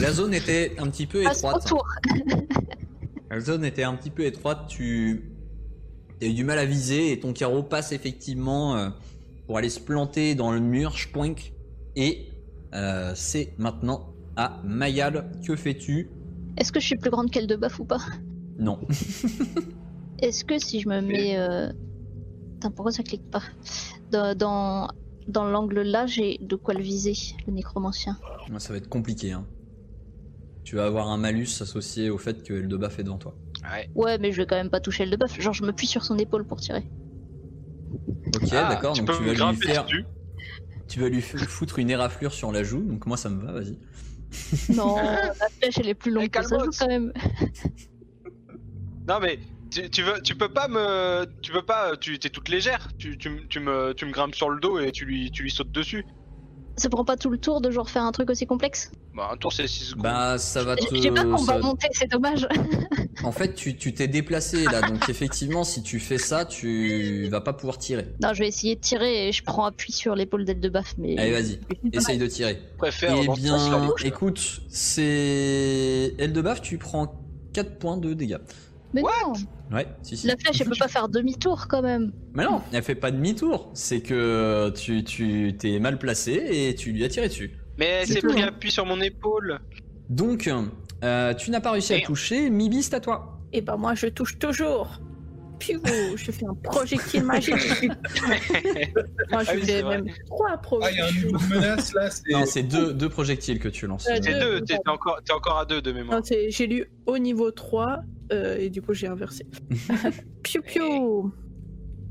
B: la zone était un petit peu
E: Passe mon
B: étroite.
E: Ah, tour.
B: La zone était un petit peu étroite, tu as eu du mal à viser et ton carreau passe effectivement euh, pour aller se planter dans le mur, schpoink. Et euh, c'est maintenant à Mayal. Que fais-tu
E: Est-ce que je suis plus grande qu'elle de baffe ou pas
B: Non.
E: Est-ce que si je me mets. Euh... Putain, pourquoi ça clique pas Dans, dans, dans l'angle là, j'ai de quoi le viser, le nécromancien.
B: Ça va être compliqué. hein. Tu vas avoir un malus associé au fait que Eldebaf est devant toi.
D: Ouais,
E: Ouais, mais je vais quand même pas toucher le de bœuf. Genre, je me plie sur son épaule pour tirer.
B: Ok,
D: Ah,
B: d'accord.
D: tu
B: Donc
D: peux
B: tu
D: me
B: vas lui
D: grimper
B: faire,
D: dessus.
B: tu vas lui f- foutre une éraflure sur la joue. Donc moi ça me va, vas-y.
E: Non, la flèche elle est plus longue
D: Eh,
E: que ça, je
D: calmos.
E: joue quand même.
D: Non mais tu, tu veux, tu peux pas me, tu peux pas, tu t'es toute légère. Tu, tu, me- tu me, tu me grimpes sur le dos et tu lui, tu lui sautes dessus.
E: Ça prend pas tout le tour de genre faire un truc aussi complexe
D: Bah un tour c'est 6 secondes.
B: Bah ça va te.
E: J'ai pas qu'on
B: ça
E: va
B: va-
E: monter, c'est dommage.
B: En fait, tu tu t'es déplacé là, donc effectivement, si tu fais ça, tu vas pas pouvoir tirer.
E: Non, je vais essayer de tirer et je prends appui sur l'épaule d'elle de baffe, mais.
B: Allez, vas-y, essaye de tirer.
D: Je préfère.
B: Eh
D: dans ce sens-là, les
B: bien,
D: gauches.
B: écoute, c'est. Eldebaf, tu prends 4 points de dégâts.
E: mais non
B: Ouais, si, si.
E: La flèche elle peut pas faire demi-tour quand même.
B: Mais non, elle fait pas demi-tour. C'est que tu tu- t'es mal placé et tu lui as tiré dessus.
D: Mais
E: C'est
D: c'est
E: tout,
D: pris
E: hein.
D: appui sur mon épaule.
B: Donc, euh, tu n'as pas réussi à
D: Merde.
B: toucher. Mibi, c'est à toi.
C: Et ben moi je touche toujours. Puis vous, je fais un projectile magique. Moi je
D: Ah oui, c'est
C: fais
D: vrai.
C: même trois
F: Ah, il y a un
C: projectiles.
F: niveau de menace là, c'est.
B: Non, c'est deux, deux projectiles que tu lances.
C: Euh,
D: C'est
C: Ouais,
D: deux.
C: ouais,
D: T'es t'es encore, t'es encore à deux de mémoire.
C: Non, c'est- j'ai lu au niveau 3 euh, et du coup j'ai inversé. piou piou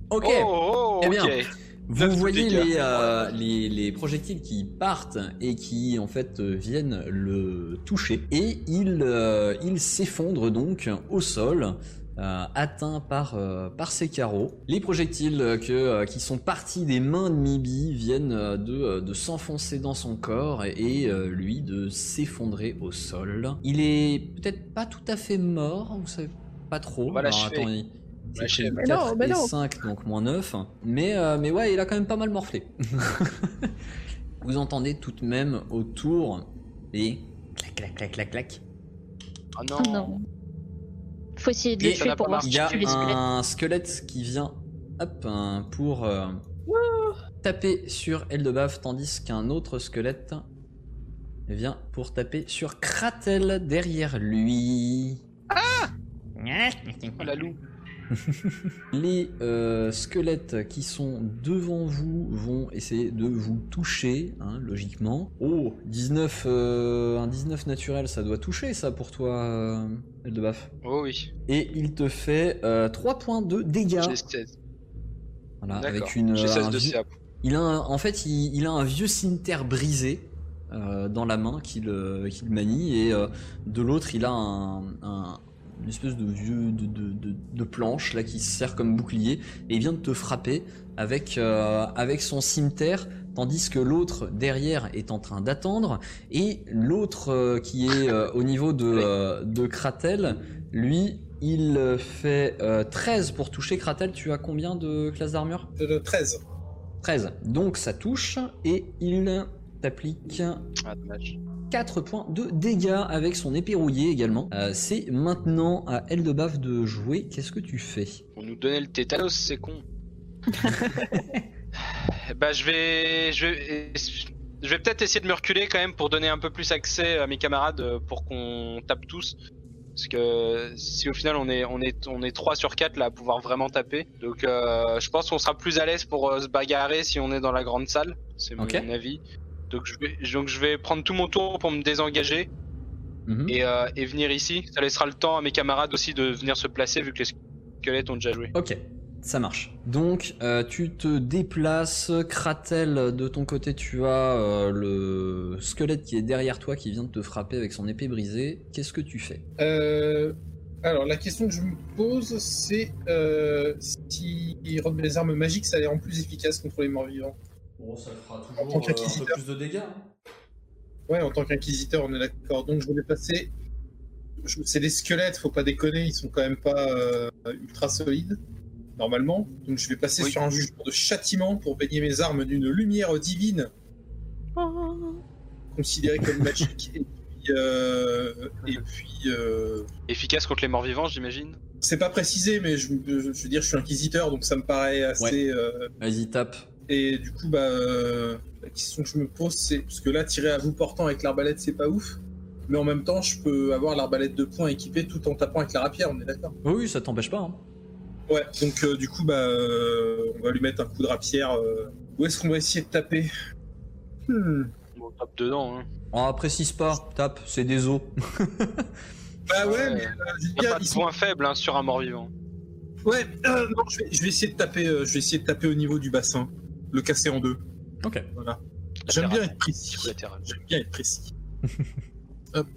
B: Ok.
D: Oh, oh,
B: Eh
D: ok.
B: bien. Vous
D: Neuf
B: voyez
D: dégâts.
B: les, euh, les, les projectiles qui partent et qui en fait euh, viennent le toucher et il, euh, il s'effondre donc au sol. euh, atteint par, euh, par ces carreaux. Les projectiles euh, que, euh, qui sont partis des mains de Mibi viennent euh, de, euh, de s'enfoncer dans son corps et, euh, lui de s'effondrer au sol. Il est peut-être pas tout à fait mort, vous savez pas trop.
D: On va
B: Alors,
D: l'achever.
B: attends, il-
D: Ouais, je sais
B: c'est
D: pas.
C: Mais non,
B: 4
C: mais
B: Bah, et
C: non.
B: 5, donc moins 9. Mais, euh, mais ouais, il a quand même pas mal morflé. Vous entendez tout de même autour les clac, bah, clac, clac, clac, clac.
D: Ah
E: Oh non. Faut essayer de le
B: Et
D: ça n'a
E: tuer pour
D: pas
E: voir
B: Il
E: si
B: y a
E: tu les squelettes.
B: un squelette qui vient hop, hein, pour euh, taper sur Eldebaf, tandis qu'un autre squelette vient pour taper sur Kratel derrière lui.
D: Oh, la loupe.
B: Les euh, squelettes qui sont devant vous vont essayer de vous toucher, hein, logiquement. Oh, 19, euh, un 19 naturel, ça doit toucher ça pour toi, euh, Eldebaf.
D: Oh oui.
B: Et il te fait 3 points de dégâts.
D: J'ai 16.
B: Voilà,
D: D'accord.
B: avec une,
D: J'ai
B: euh,
D: 16
B: un
D: de
B: vieux-
D: CA.
B: il a un- en fait, il, il a un vieux cimetière brisé euh, dans la main qu'il euh, qu'il manie, et euh, de l'autre, il a un, un- une espèce de vieux de, de- de- de planche là qui se sert comme bouclier, et il vient de te frapper avec, euh, avec son cimetière, tandis que l'autre derrière est en train d'attendre, et l'autre euh, qui est euh, au niveau de, euh, de Kratel, lui, il euh, fait euh, 13 pour toucher Kratel. Tu as combien de classe d'armure
F: de 13.
B: 13. Donc ça touche et il t'applique
D: Ah dommage.
B: 4 points de dégâts avec son épée rouillée également. Euh, c'est maintenant à Eldebaf de jouer. Qu'est-ce que tu fais
D: On nous donnait le tétanos, c'est con. bah je vais, je vais, Je vais peut-être essayer de me reculer quand même pour donner un peu plus accès à mes camarades euh, pour qu'on tape tous. Parce que si au final on est, on est, on est 3 sur 4 là à pouvoir vraiment taper. Donc euh, je pense qu'on sera plus à l'aise pour euh, se bagarrer si on est dans la grande salle. C'est mon
B: Ok.
D: avis. Donc je, vais, donc je vais prendre tout mon tour pour me désengager
B: Mhm.
D: et, euh, et venir ici. Ça laissera le temps à mes camarades aussi de venir se placer vu que les squelettes ont déjà joué.
B: Ok, ça marche. Donc, euh, tu te déplaces, Kratel, de ton côté, tu as euh, le squelette qui est derrière toi qui vient de te frapper avec son épée brisée. Qu'est-ce que tu fais
F: Euh, alors, la question que je me pose, c'est euh, si rendre les armes magiques, ça les rend plus efficaces contre les morts-vivants.
B: Bon, ça fera
F: toujours, euh, un peu
B: plus de dégâts.
F: Ouais, en tant qu'inquisiteur, on est d'accord. Donc, je vais les passer. je- C'est des squelettes, faut pas déconner, ils sont quand même pas euh, ultra solides, normalement. Donc, je vais passer
D: Oui.
F: sur un jugement de châtiment pour baigner mes armes d'une lumière divine
C: Oh,
F: considérée comme magique. et puis, euh, et puis euh,
D: Efficace contre les morts vivants, j'imagine.
F: c'est pas précisé, mais je, je- je veux dire, je suis inquisiteur, donc ça me paraît
B: Ouais.
F: assez. euh,
B: Vas-y, tape.
F: Et du coup, bah, euh, la question que je me pose, c'est parce que là, tirer à vous portant avec l'arbalète, c'est pas ouf. Mais en même temps, je peux avoir l'arbalète de poing équipée tout en tapant avec la rapière, on est d'accord
B: Oh oui, ça t'empêche pas. hein.
F: Ouais, donc euh, du coup, bah, euh, on va lui mettre un coup de rapière. euh. Où est-ce qu'on va essayer de taper Hmm.
D: Bon, on tape dedans. Hein.
B: Ah, précise pas, tape, c'est des os.
F: Bah ouais,
D: Ouais.
F: mais euh, je veux
D: Y a
F: dire,
D: pas de
F: ils sont...
D: point faible hein, sur un mort vivant.
F: Ouais, euh, non, je vais, je vais essayer de taper, euh, je vais essayer de taper au niveau du bassin, le casser en deux.
B: ok.
F: J'aime bien être précis.
D: Collatéral.
F: J'aime bien être précis. Hop,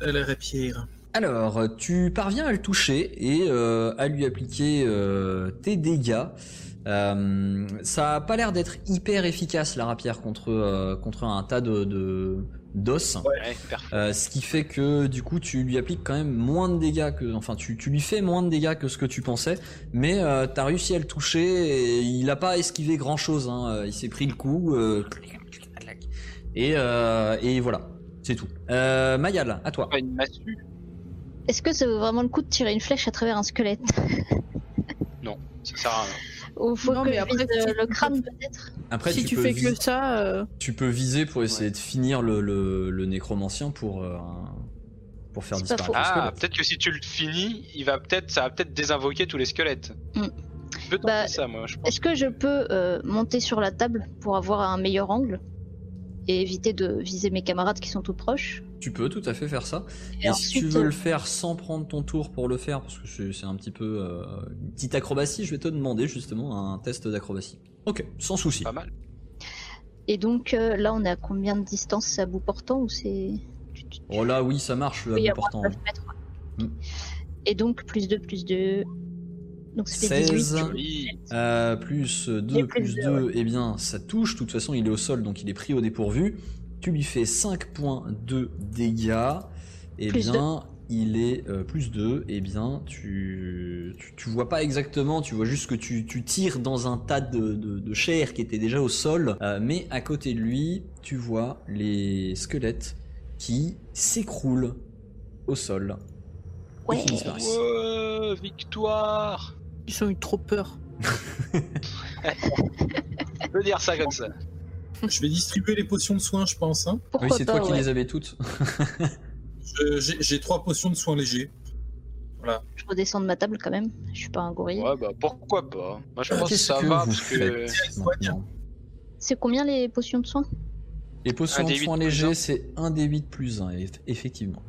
F: la rapière.
B: Alors, tu parviens à le toucher et euh, à lui appliquer euh, tes dégâts. Euh, ça a pas l'air d'être hyper efficace la rapière contre euh, contre un tas de de- d'os.
D: Ouais, perf.
B: Euh, ce qui fait que du coup tu lui appliques quand même moins de dégâts que enfin tu, tu lui fais moins de dégâts que ce que tu pensais mais euh, t'as réussi à le toucher et il a pas esquivé grand chose il s'est pris le coup euh, et euh, et voilà c'est tout euh, Mayal à toi
D: Pas une massue.
E: Est-ce que ça vaut vraiment le coup de tirer une flèche à travers un squelette
D: Ça sert à rien.
E: Ou faut
C: Non,
E: que
C: mais
E: je
C: après,
E: vise,
C: si
E: euh, le
C: tu-
E: crâne peut-être
B: après
C: si tu
B: peux
C: fais
B: vis-
C: que ça, euh,
B: tu peux viser pour essayer de finir le le, le nécromancien pour euh, un- pour faire
E: C'est pas
B: disparaître
E: faux.
B: le
D: Ah,
B: squelette.
D: peut-être que si tu le finis, il va peut-être, ça va peut-être désinvoquer tous les squelettes.
E: Hmm.
D: Je peux tenter
E: Bah,
D: ça, moi. Je pense.
E: Est-ce que je peux euh, monter sur la table pour avoir un meilleur angle et éviter de viser mes camarades qui sont tout proches
B: tu peux tout à fait faire ça
E: Et
B: Et si tu
E: ensuite,
B: veux
E: euh,
B: le faire sans prendre ton tour pour le faire, parce que c'est- c'est un petit peu euh, une petite acrobatie, je vais te demander justement un test d'acrobatie. Ok, sans souci.
E: Ah.
D: Pas mal.
E: Et donc euh, là, on est à combien de distance C'est à bout portant ou c'est. tu- tu-
B: Oh là, oui, ça marche, le
E: Oui,
B: abus
E: à moins
B: portant.
E: de 9 mètres, quoi.
B: Mm.
E: Et donc, plus 2, plus 2. Donc, ça fait
B: 16.
E: 18.
D: Joli.
B: Euh, plus
E: Et
B: 2,
E: plus
B: plus
E: deux,
B: 2, eh bien ça touche. De toute façon, il est au sol, donc il est pris au dépourvu. Tu lui fais 5 points de dégâts. Eh
E: Plus
B: bien, il est euh, plus 2. Eh bien, tu, tu, tu vois pas exactement, tu vois juste que tu, tu tires dans un tas de, de- de chair qui était déjà au sol. Euh, mais à côté de lui, tu vois les squelettes qui s'écroulent au sol. et
E: Ouais.
B: qui disparaissent.
D: Ouais, victoire.
C: ils ont eu trop peur.
D: On peut dire ça comme ça.
F: Je vais distribuer les potions de soins, je pense. Hein.
B: Ah oui,
E: Pourquoi
B: c'est
E: pas
B: toi qui
E: ouais.
B: les avais toutes.
F: Je- J'ai j'ai trois potions de soins légers.
E: Je redescends de ma table quand même. Je suis pas un gorille.
D: Ouais, bah pourquoi pas. Moi, je pense que
B: Bah, Qu'est-ce
D: ça
B: que
D: va
B: vous
D: parce que
B: faites maintenant
E: C'est combien les potions de soins
B: Les potions
D: Un
B: de
D: D8
B: soins
D: plus un.
B: légers, c'est 1 des 8 plus 1, effectivement.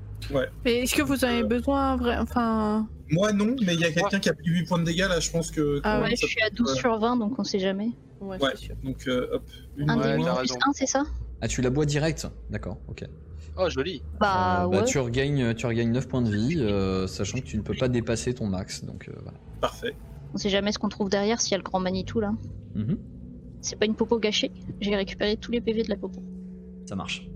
C: Mais est-ce que vous en avez
D: Euh.
C: besoin, vrai Enfin,
F: Moi non, mais il y a quelqu'un
D: Moi.
F: qui a pris 8 points de dégâts là, je pense que.
C: Ah
F: quand
E: Ouais,
F: même,
E: je
F: ça-
E: suis à 12
F: ouais.
E: sur 20, donc on sait jamais.
C: ouais,
F: Ouais.
C: c'est sûr.
F: Donc euh, hop, une
E: Un
D: Ouais,
E: des
D: t'as
E: huit
D: raison.
E: plus 1, c'est ça
B: Ah, tu la bois direct D'accord, ok. Euh,
D: oh joli.
E: Bah, ouais.
B: tu, regagnes, tu regagnes 9 points de vie, euh, sachant que tu ne peux pas dépasser ton max, donc euh, voilà.
F: parfait.
E: On sait jamais ce qu'on trouve derrière s'il y a le grand Manitou là.
B: Mhm,
E: C'est pas une popo gâchée. J'ai récupéré tous les PV de la popo.
B: ça marche.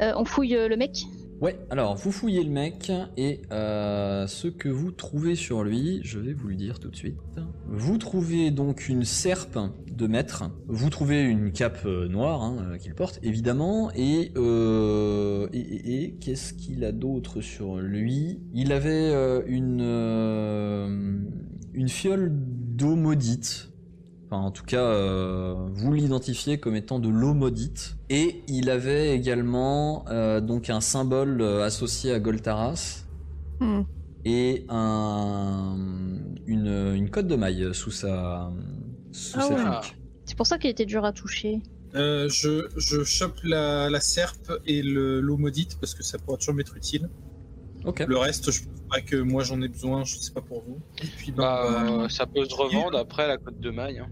E: Euh, on fouille euh, le mec
B: Ouais, alors vous fouillez le mec, et euh, ce que vous trouvez sur lui, je vais vous le dire tout de suite. Vous trouvez donc une serpe de maître, vous trouvez une cape euh, noire hein, euh, qu'il porte, évidemment, et, euh, et, et- et qu'est-ce qu'il a d'autre sur lui Il avait euh, une, euh, une fiole d'eau maudite, Enfin, en tout cas, euh, vous l'identifiez comme étant de l'eau maudite. Et il avait également euh, donc un symbole euh, associé à Goltaras
C: Hmm.
B: et un, une, une cote de maille sous sa, sous
C: Ah
B: sa
C: ouais.
B: tunique.
E: C'est pour ça qu'il était dur à toucher.
F: Euh, je, je chope la, la serpe et le- l'eau maudite parce que ça pourra toujours m'être utile.
B: Ok.
F: Le reste, je pense pas que moi j'en ai besoin, je sais pas pour vous. Et puis, ben,
D: Bah,
F: euh,
D: euh, ça peut se revendre après la cote de maille. hein.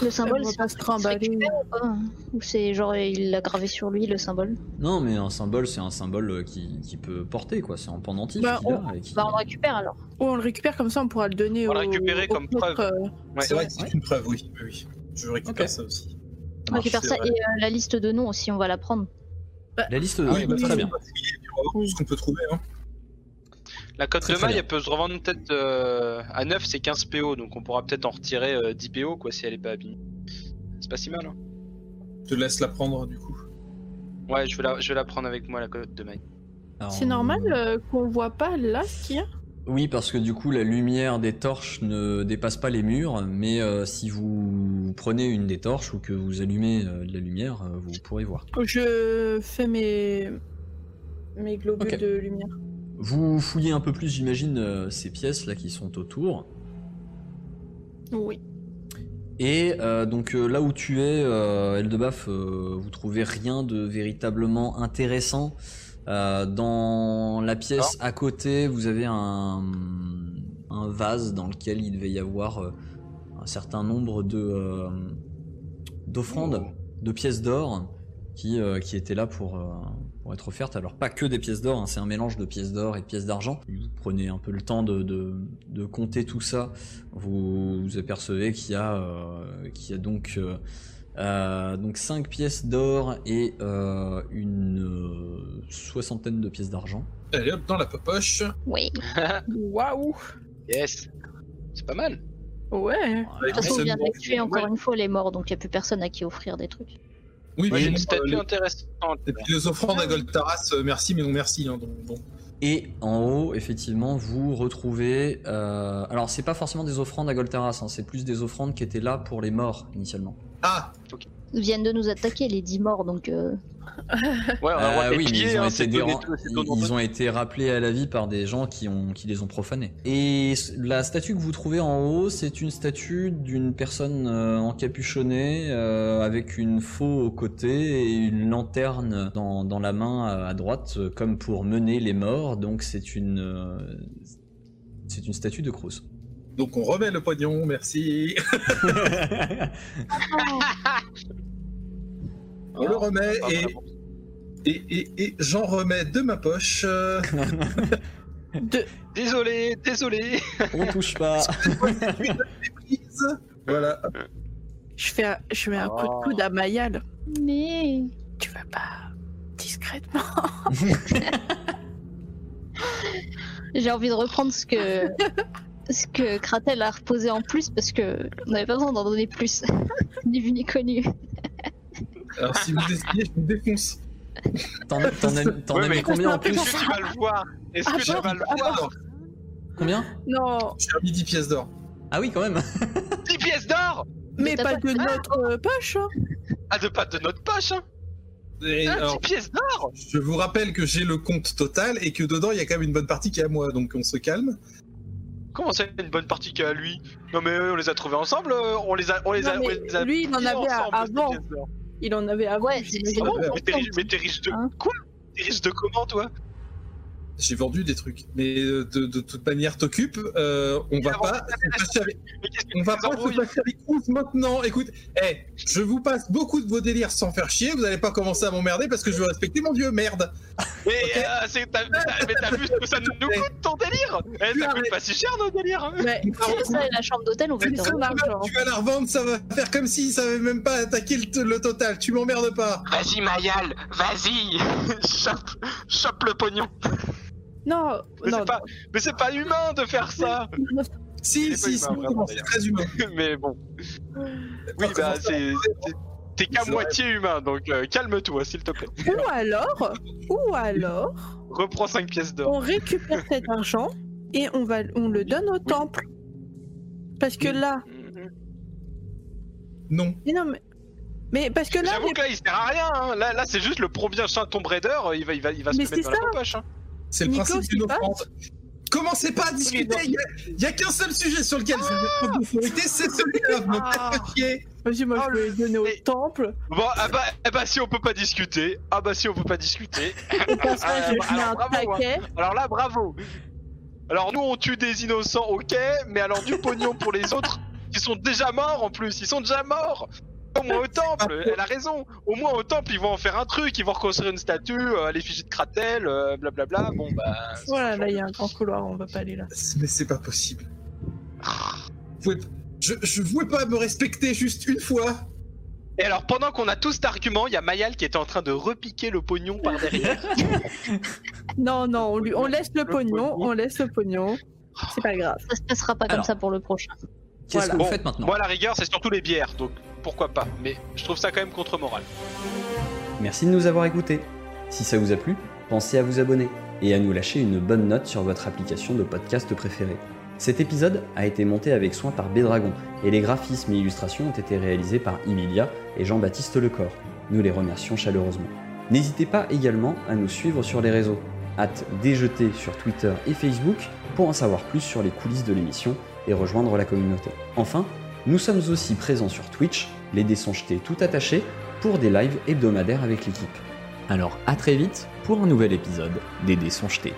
E: Le symbole,
C: va
E: c'est un
C: pas se
E: truc qui se
C: trimballer.
E: récupère ou pas Ou c'est genre il l'a gravé sur lui le symbole
B: Non, mais un symbole, c'est un symbole euh, qui, qui peut porter, quoi. C'est en pendentif.
C: Bah,
B: qu'il a et qui-
E: Bah on le récupère alors.
C: Ou on le récupère comme ça, on pourra le donner
D: On
C: au.
D: l'a récupéré
C: au
D: comme
C: prêtre,
D: preuve.
C: euh,
D: Ouais.
F: c'est vrai que c'est
B: Ouais.
F: une preuve, oui. oui, oui. Je récupère
B: Ok.
F: ça aussi.
B: Ça
E: On
B: marche.
E: récupère
F: Ah, c'est
E: ça
F: vrai.
E: et euh, la liste de noms aussi, on va la prendre.
B: La liste,
D: Ah oui,
B: oui,
D: bah,
B: très
F: ça,
B: bien.
F: on va fouiller, puis on va voir ce qu'on peut trouver. Hein.
D: La cote
B: Très,
D: de
B: très
D: maille,
B: bien.
D: elle peut se revendre peut-être euh, à 9, c'est 15 PO, donc on pourra peut-être en retirer euh, 10 PO quoi si elle est pas abîmée. C'est pas si mal. Hein.
F: Je te laisse la prendre du coup.
D: Ouais, je vais, la, je vais la prendre avec moi la cote de maille.
B: Alors,
C: C'est
B: on-
C: normal euh, qu'on voit pas là ce qu'il y a.
B: Oui, parce que du coup, la lumière des torches ne dépasse pas les murs, mais euh, si vous prenez une des torches ou que vous allumez euh, de la lumière, euh, vous pourrez voir.
C: Je fais mes. mes globules
B: Ok.
C: de lumière.
B: Vous fouillez un peu plus, j'imagine, euh, ces pièces là qui sont autour.
C: Oui.
B: Et euh, donc euh, là où tu es, euh, Eldebaf, euh, vous trouvez rien de véritablement intéressant. Euh, dans la pièce à côté, vous avez un, un vase dans lequel il devait y avoir euh, un certain nombre de euh, d'offrandes, de pièces d'or qui, euh, qui étaient là pour, euh, pour être offertes. Alors pas que des pièces d'or, hein, c'est un mélange de pièces d'or et de pièces d'argent. Vous prenez un peu le temps de, de, de compter tout ça vous, vous apercevez qu'il y a, euh, qu'il y a donc, euh, euh, donc 5 pièces d'or et euh, une euh, soixantaine de pièces d'argent.
F: Allez hop, dans la poche.
E: Oui.
C: Waouh
D: Yes C'est pas mal
C: Ouais
E: De toute
F: Personne
E: façon, on vient de
F: ne
E: la
F: mange,
E: tuer
F: mais
E: encore
F: ouais.
E: une fois, elle est morte, donc il n'y a plus personne à qui offrir des trucs.
F: Oui,
D: Moi
F: mais
D: j'ai une
F: bon,
D: statue
F: euh,
D: intéressante.
F: Et puis les offrandes à Goltaras, euh, merci mais non merci. Hein, donc, bon.
B: Et en haut, effectivement, vous retrouvez. euh, alors, c'est pas forcément des offrandes à Goltaras, hein, c'est plus des offrandes qui étaient là pour les morts initialement.
F: Ah,
E: Ils viennent de nous attaquer, les dix morts, donc euh,
D: Ouais, on
B: Euh,
D: a le droit de les
B: oui, mais
D: piller,
B: ils ont,
D: hein,
B: été
D: c'est donné
B: déran-
D: tout- c'est
B: ils-
D: donné
B: ils
D: tout.
B: ont été rappelés à la vie par des gens qui, ont, qui les ont profanés. Et s- la statue que vous trouvez en haut, c'est une statue d'une personne euh, encapuchonnée euh, avec une faux au côté et une lanterne dans, dans la main euh, à droite, euh, comme pour mener les morts. Donc c'est une, euh, c'est une statue de Cruz.
F: donc on remet le pognon, merci. On le remet
D: Ah,
F: et,
D: vraiment.
F: et, et, et j'en remets de ma poche. euh,
C: De...
D: Désolé, désolé
B: On touche pas.
F: prise. voilà.
C: Je fais un, je mets un coup
D: Oh.
C: de coude à Mayal.
E: mais
C: Tu vas pas discrètement.
E: j'ai envie de reprendre ce que ce que Kratel a reposé en plus parce que on n'avait pas besoin d'en donner plus, ni vu ni connu.
F: Alors si vous décidez, je vous défonce.
B: T'en as- t'en as mis- t'en
D: Ouais,
B: as mis
D: mais-
B: combien en plus
D: Est-ce que tu vas le voir Est-ce que
C: Ah,
D: tu vas le voir
B: Combien
C: Non,
F: J'ai remis 10 pièces d'or.
B: Ah oui, quand même.
D: 10 pièces d'or
C: mais
E: Mais t'as
C: pas
E: pas-
C: de notre euh, poche. hein.
D: Ah, de pas de notre poche, hein
F: Et
D: Ah, 10
F: alors,
D: pièces d'or
F: je vous rappelle que j'ai le compte total et que dedans il y a quand même une bonne partie qui est à moi, donc on se calme.
D: Comment ça, une bonne partie qu'à lui Non, mais euh, on les a trouvés ensemble, euh, on les a. On les
C: Non,
D: a, on
C: mais
D: les a
C: lui, il en
D: mis
C: avait à-
D: ensemble, ces
C: avant.
D: pièces d'or.
C: Il en avait avant.
E: Ouais, c'est-
C: j'imagine.
D: Ah bon
F: Ouais.
D: mais t'es riche, mais t'es riche de.
E: Hein
D: Quoi T'es riche de comment, toi
F: J'ai vendu des trucs, mais euh, de, de toute manière t'occupe. euh, on va
D: avant,
F: pas se fâcher avec-
D: Mais qu'est-ce que
F: on va
D: tu
F: pas
D: embrouilles
F: se fâcher avec Cruz maintenant. Écoute, eh, je vous passe beaucoup de vos délires sans faire chier. Vous allez pas commencer à m'emmerder parce que je veux respecter mon dieu. Merde.
D: Mais euh, c'est- t'as t'as- mais t'as vu ce que ça nous coûte ton délire Eh, ça coûte pas si cher nos délires hein.
C: Ouais.
E: C'est ça et la chambre d'hôtel, on va
C: C'est
E: te
C: son argent.
F: Tu vas la revendre, ça va faire comme si ça avait même pas attaqué le, t- le total. Tu m'emmerdes pas.
D: Vas-y Mayal, vas-y chope, chope le pognon
C: Non,
D: Mais
C: non,
D: c'est pas, mais c'est pas humain de faire ça
C: non.
D: Il
F: Si,
D: est pas
F: si, si,
D: humain, vraiment,
F: non, c'est
D: d'ailleurs.
F: très humain.
D: Mais bon, oui
F: Par
D: bah
F: contre,
D: c'est... c'est- T'es qu'à
F: C'est
D: moitié humain, donc euh, calme-toi s'il te plaît.
C: Ou alors, ou alors,
D: Reprends 5 pièces d'or.
C: on récupère cet argent et Mhm. on va, on le donne au temple. Parce que là,
F: Non.
C: Mais non, mais. Mais parce que là,
D: J'avoue que là, il sert à rien. hein. Là, là c'est juste le premier Phantom Raider, euh, il va, il va, il va se
C: Mais
D: le mettre
C: c'est
D: dans la poche. hein.
F: C'est le
C: Nico,
F: principe
C: c'est
F: d'une
C: pas-
F: offrande. Commencez pas à discuter. Il n'y a, qu'un seul sujet sur lequel vous êtes pas d'autorité, c'est celui-là. Me
D: Ah.
F: faites pas chier.
C: Vas-y, moi,
D: Oh,
C: je vais les donner au
D: mais-
C: temple.
D: Bon, ah bah, eh bah, si on peut pas discuter. Ah bah, si on peut pas discuter.
C: Au passage,
D: Ah,
C: je
D: bah,
C: mets un
D: alors, bravo, hein.
C: taquet.
D: Alors là, bravo. Alors nous, on tue des innocents, ok, mais alors du pognon pour les autres qui sont déjà morts en plus. Ils sont déjà morts. Au moins au temple, elle a raison. Au moins au temple, ils vont en faire un truc, ils vont reconstruire une statue, euh, l'effigie de Kratel, euh, blablabla. Bon bah. c'est
C: Voilà,
D: toujours-
C: Oh là, il y a un grand couloir, on va pas aller là.
F: Mais c'est pas possible. Vous pouvez- Je, je voulais pas me respecter juste une fois.
D: Et alors pendant qu'on a tout cet argument, il y a Mayal qui était en train de repiquer le pognon par derrière.
C: Non, non, on, lui- on laisse le
D: Le
C: pognon,
D: pognon.
C: on laisse le pognon. C'est pas grave.
E: Ça se passera pas comme
G: Alors.
E: ça pour le prochain.
G: Qu'est-ce
C: Voilà.
G: que vous
D: Bon,
G: faites maintenant
D: Moi, à la rigueur, c'est surtout les bières, donc pourquoi pas. Mais je trouve ça quand même contre-moral.
B: Merci de nous avoir écoutés. Si ça vous a plu, pensez à vous abonner et à nous lâcher une bonne note sur votre application de podcast préférée. Cet épisode a été monté avec soin par Bédragon et les graphismes et illustrations ont été réalisés par Emilia et Jean-Baptiste Lecor. Nous les remercions chaleureusement. N'hésitez pas également à nous suivre sur les réseaux, hâte déjeter sur Twitter et Facebook pour en savoir plus sur les coulisses de l'émission et rejoindre la communauté. Enfin, nous sommes aussi présents sur Twitch, les dés sont jetés tout attachés pour des lives hebdomadaires avec l'équipe. Alors à très vite pour un nouvel épisode des dés sont jetés.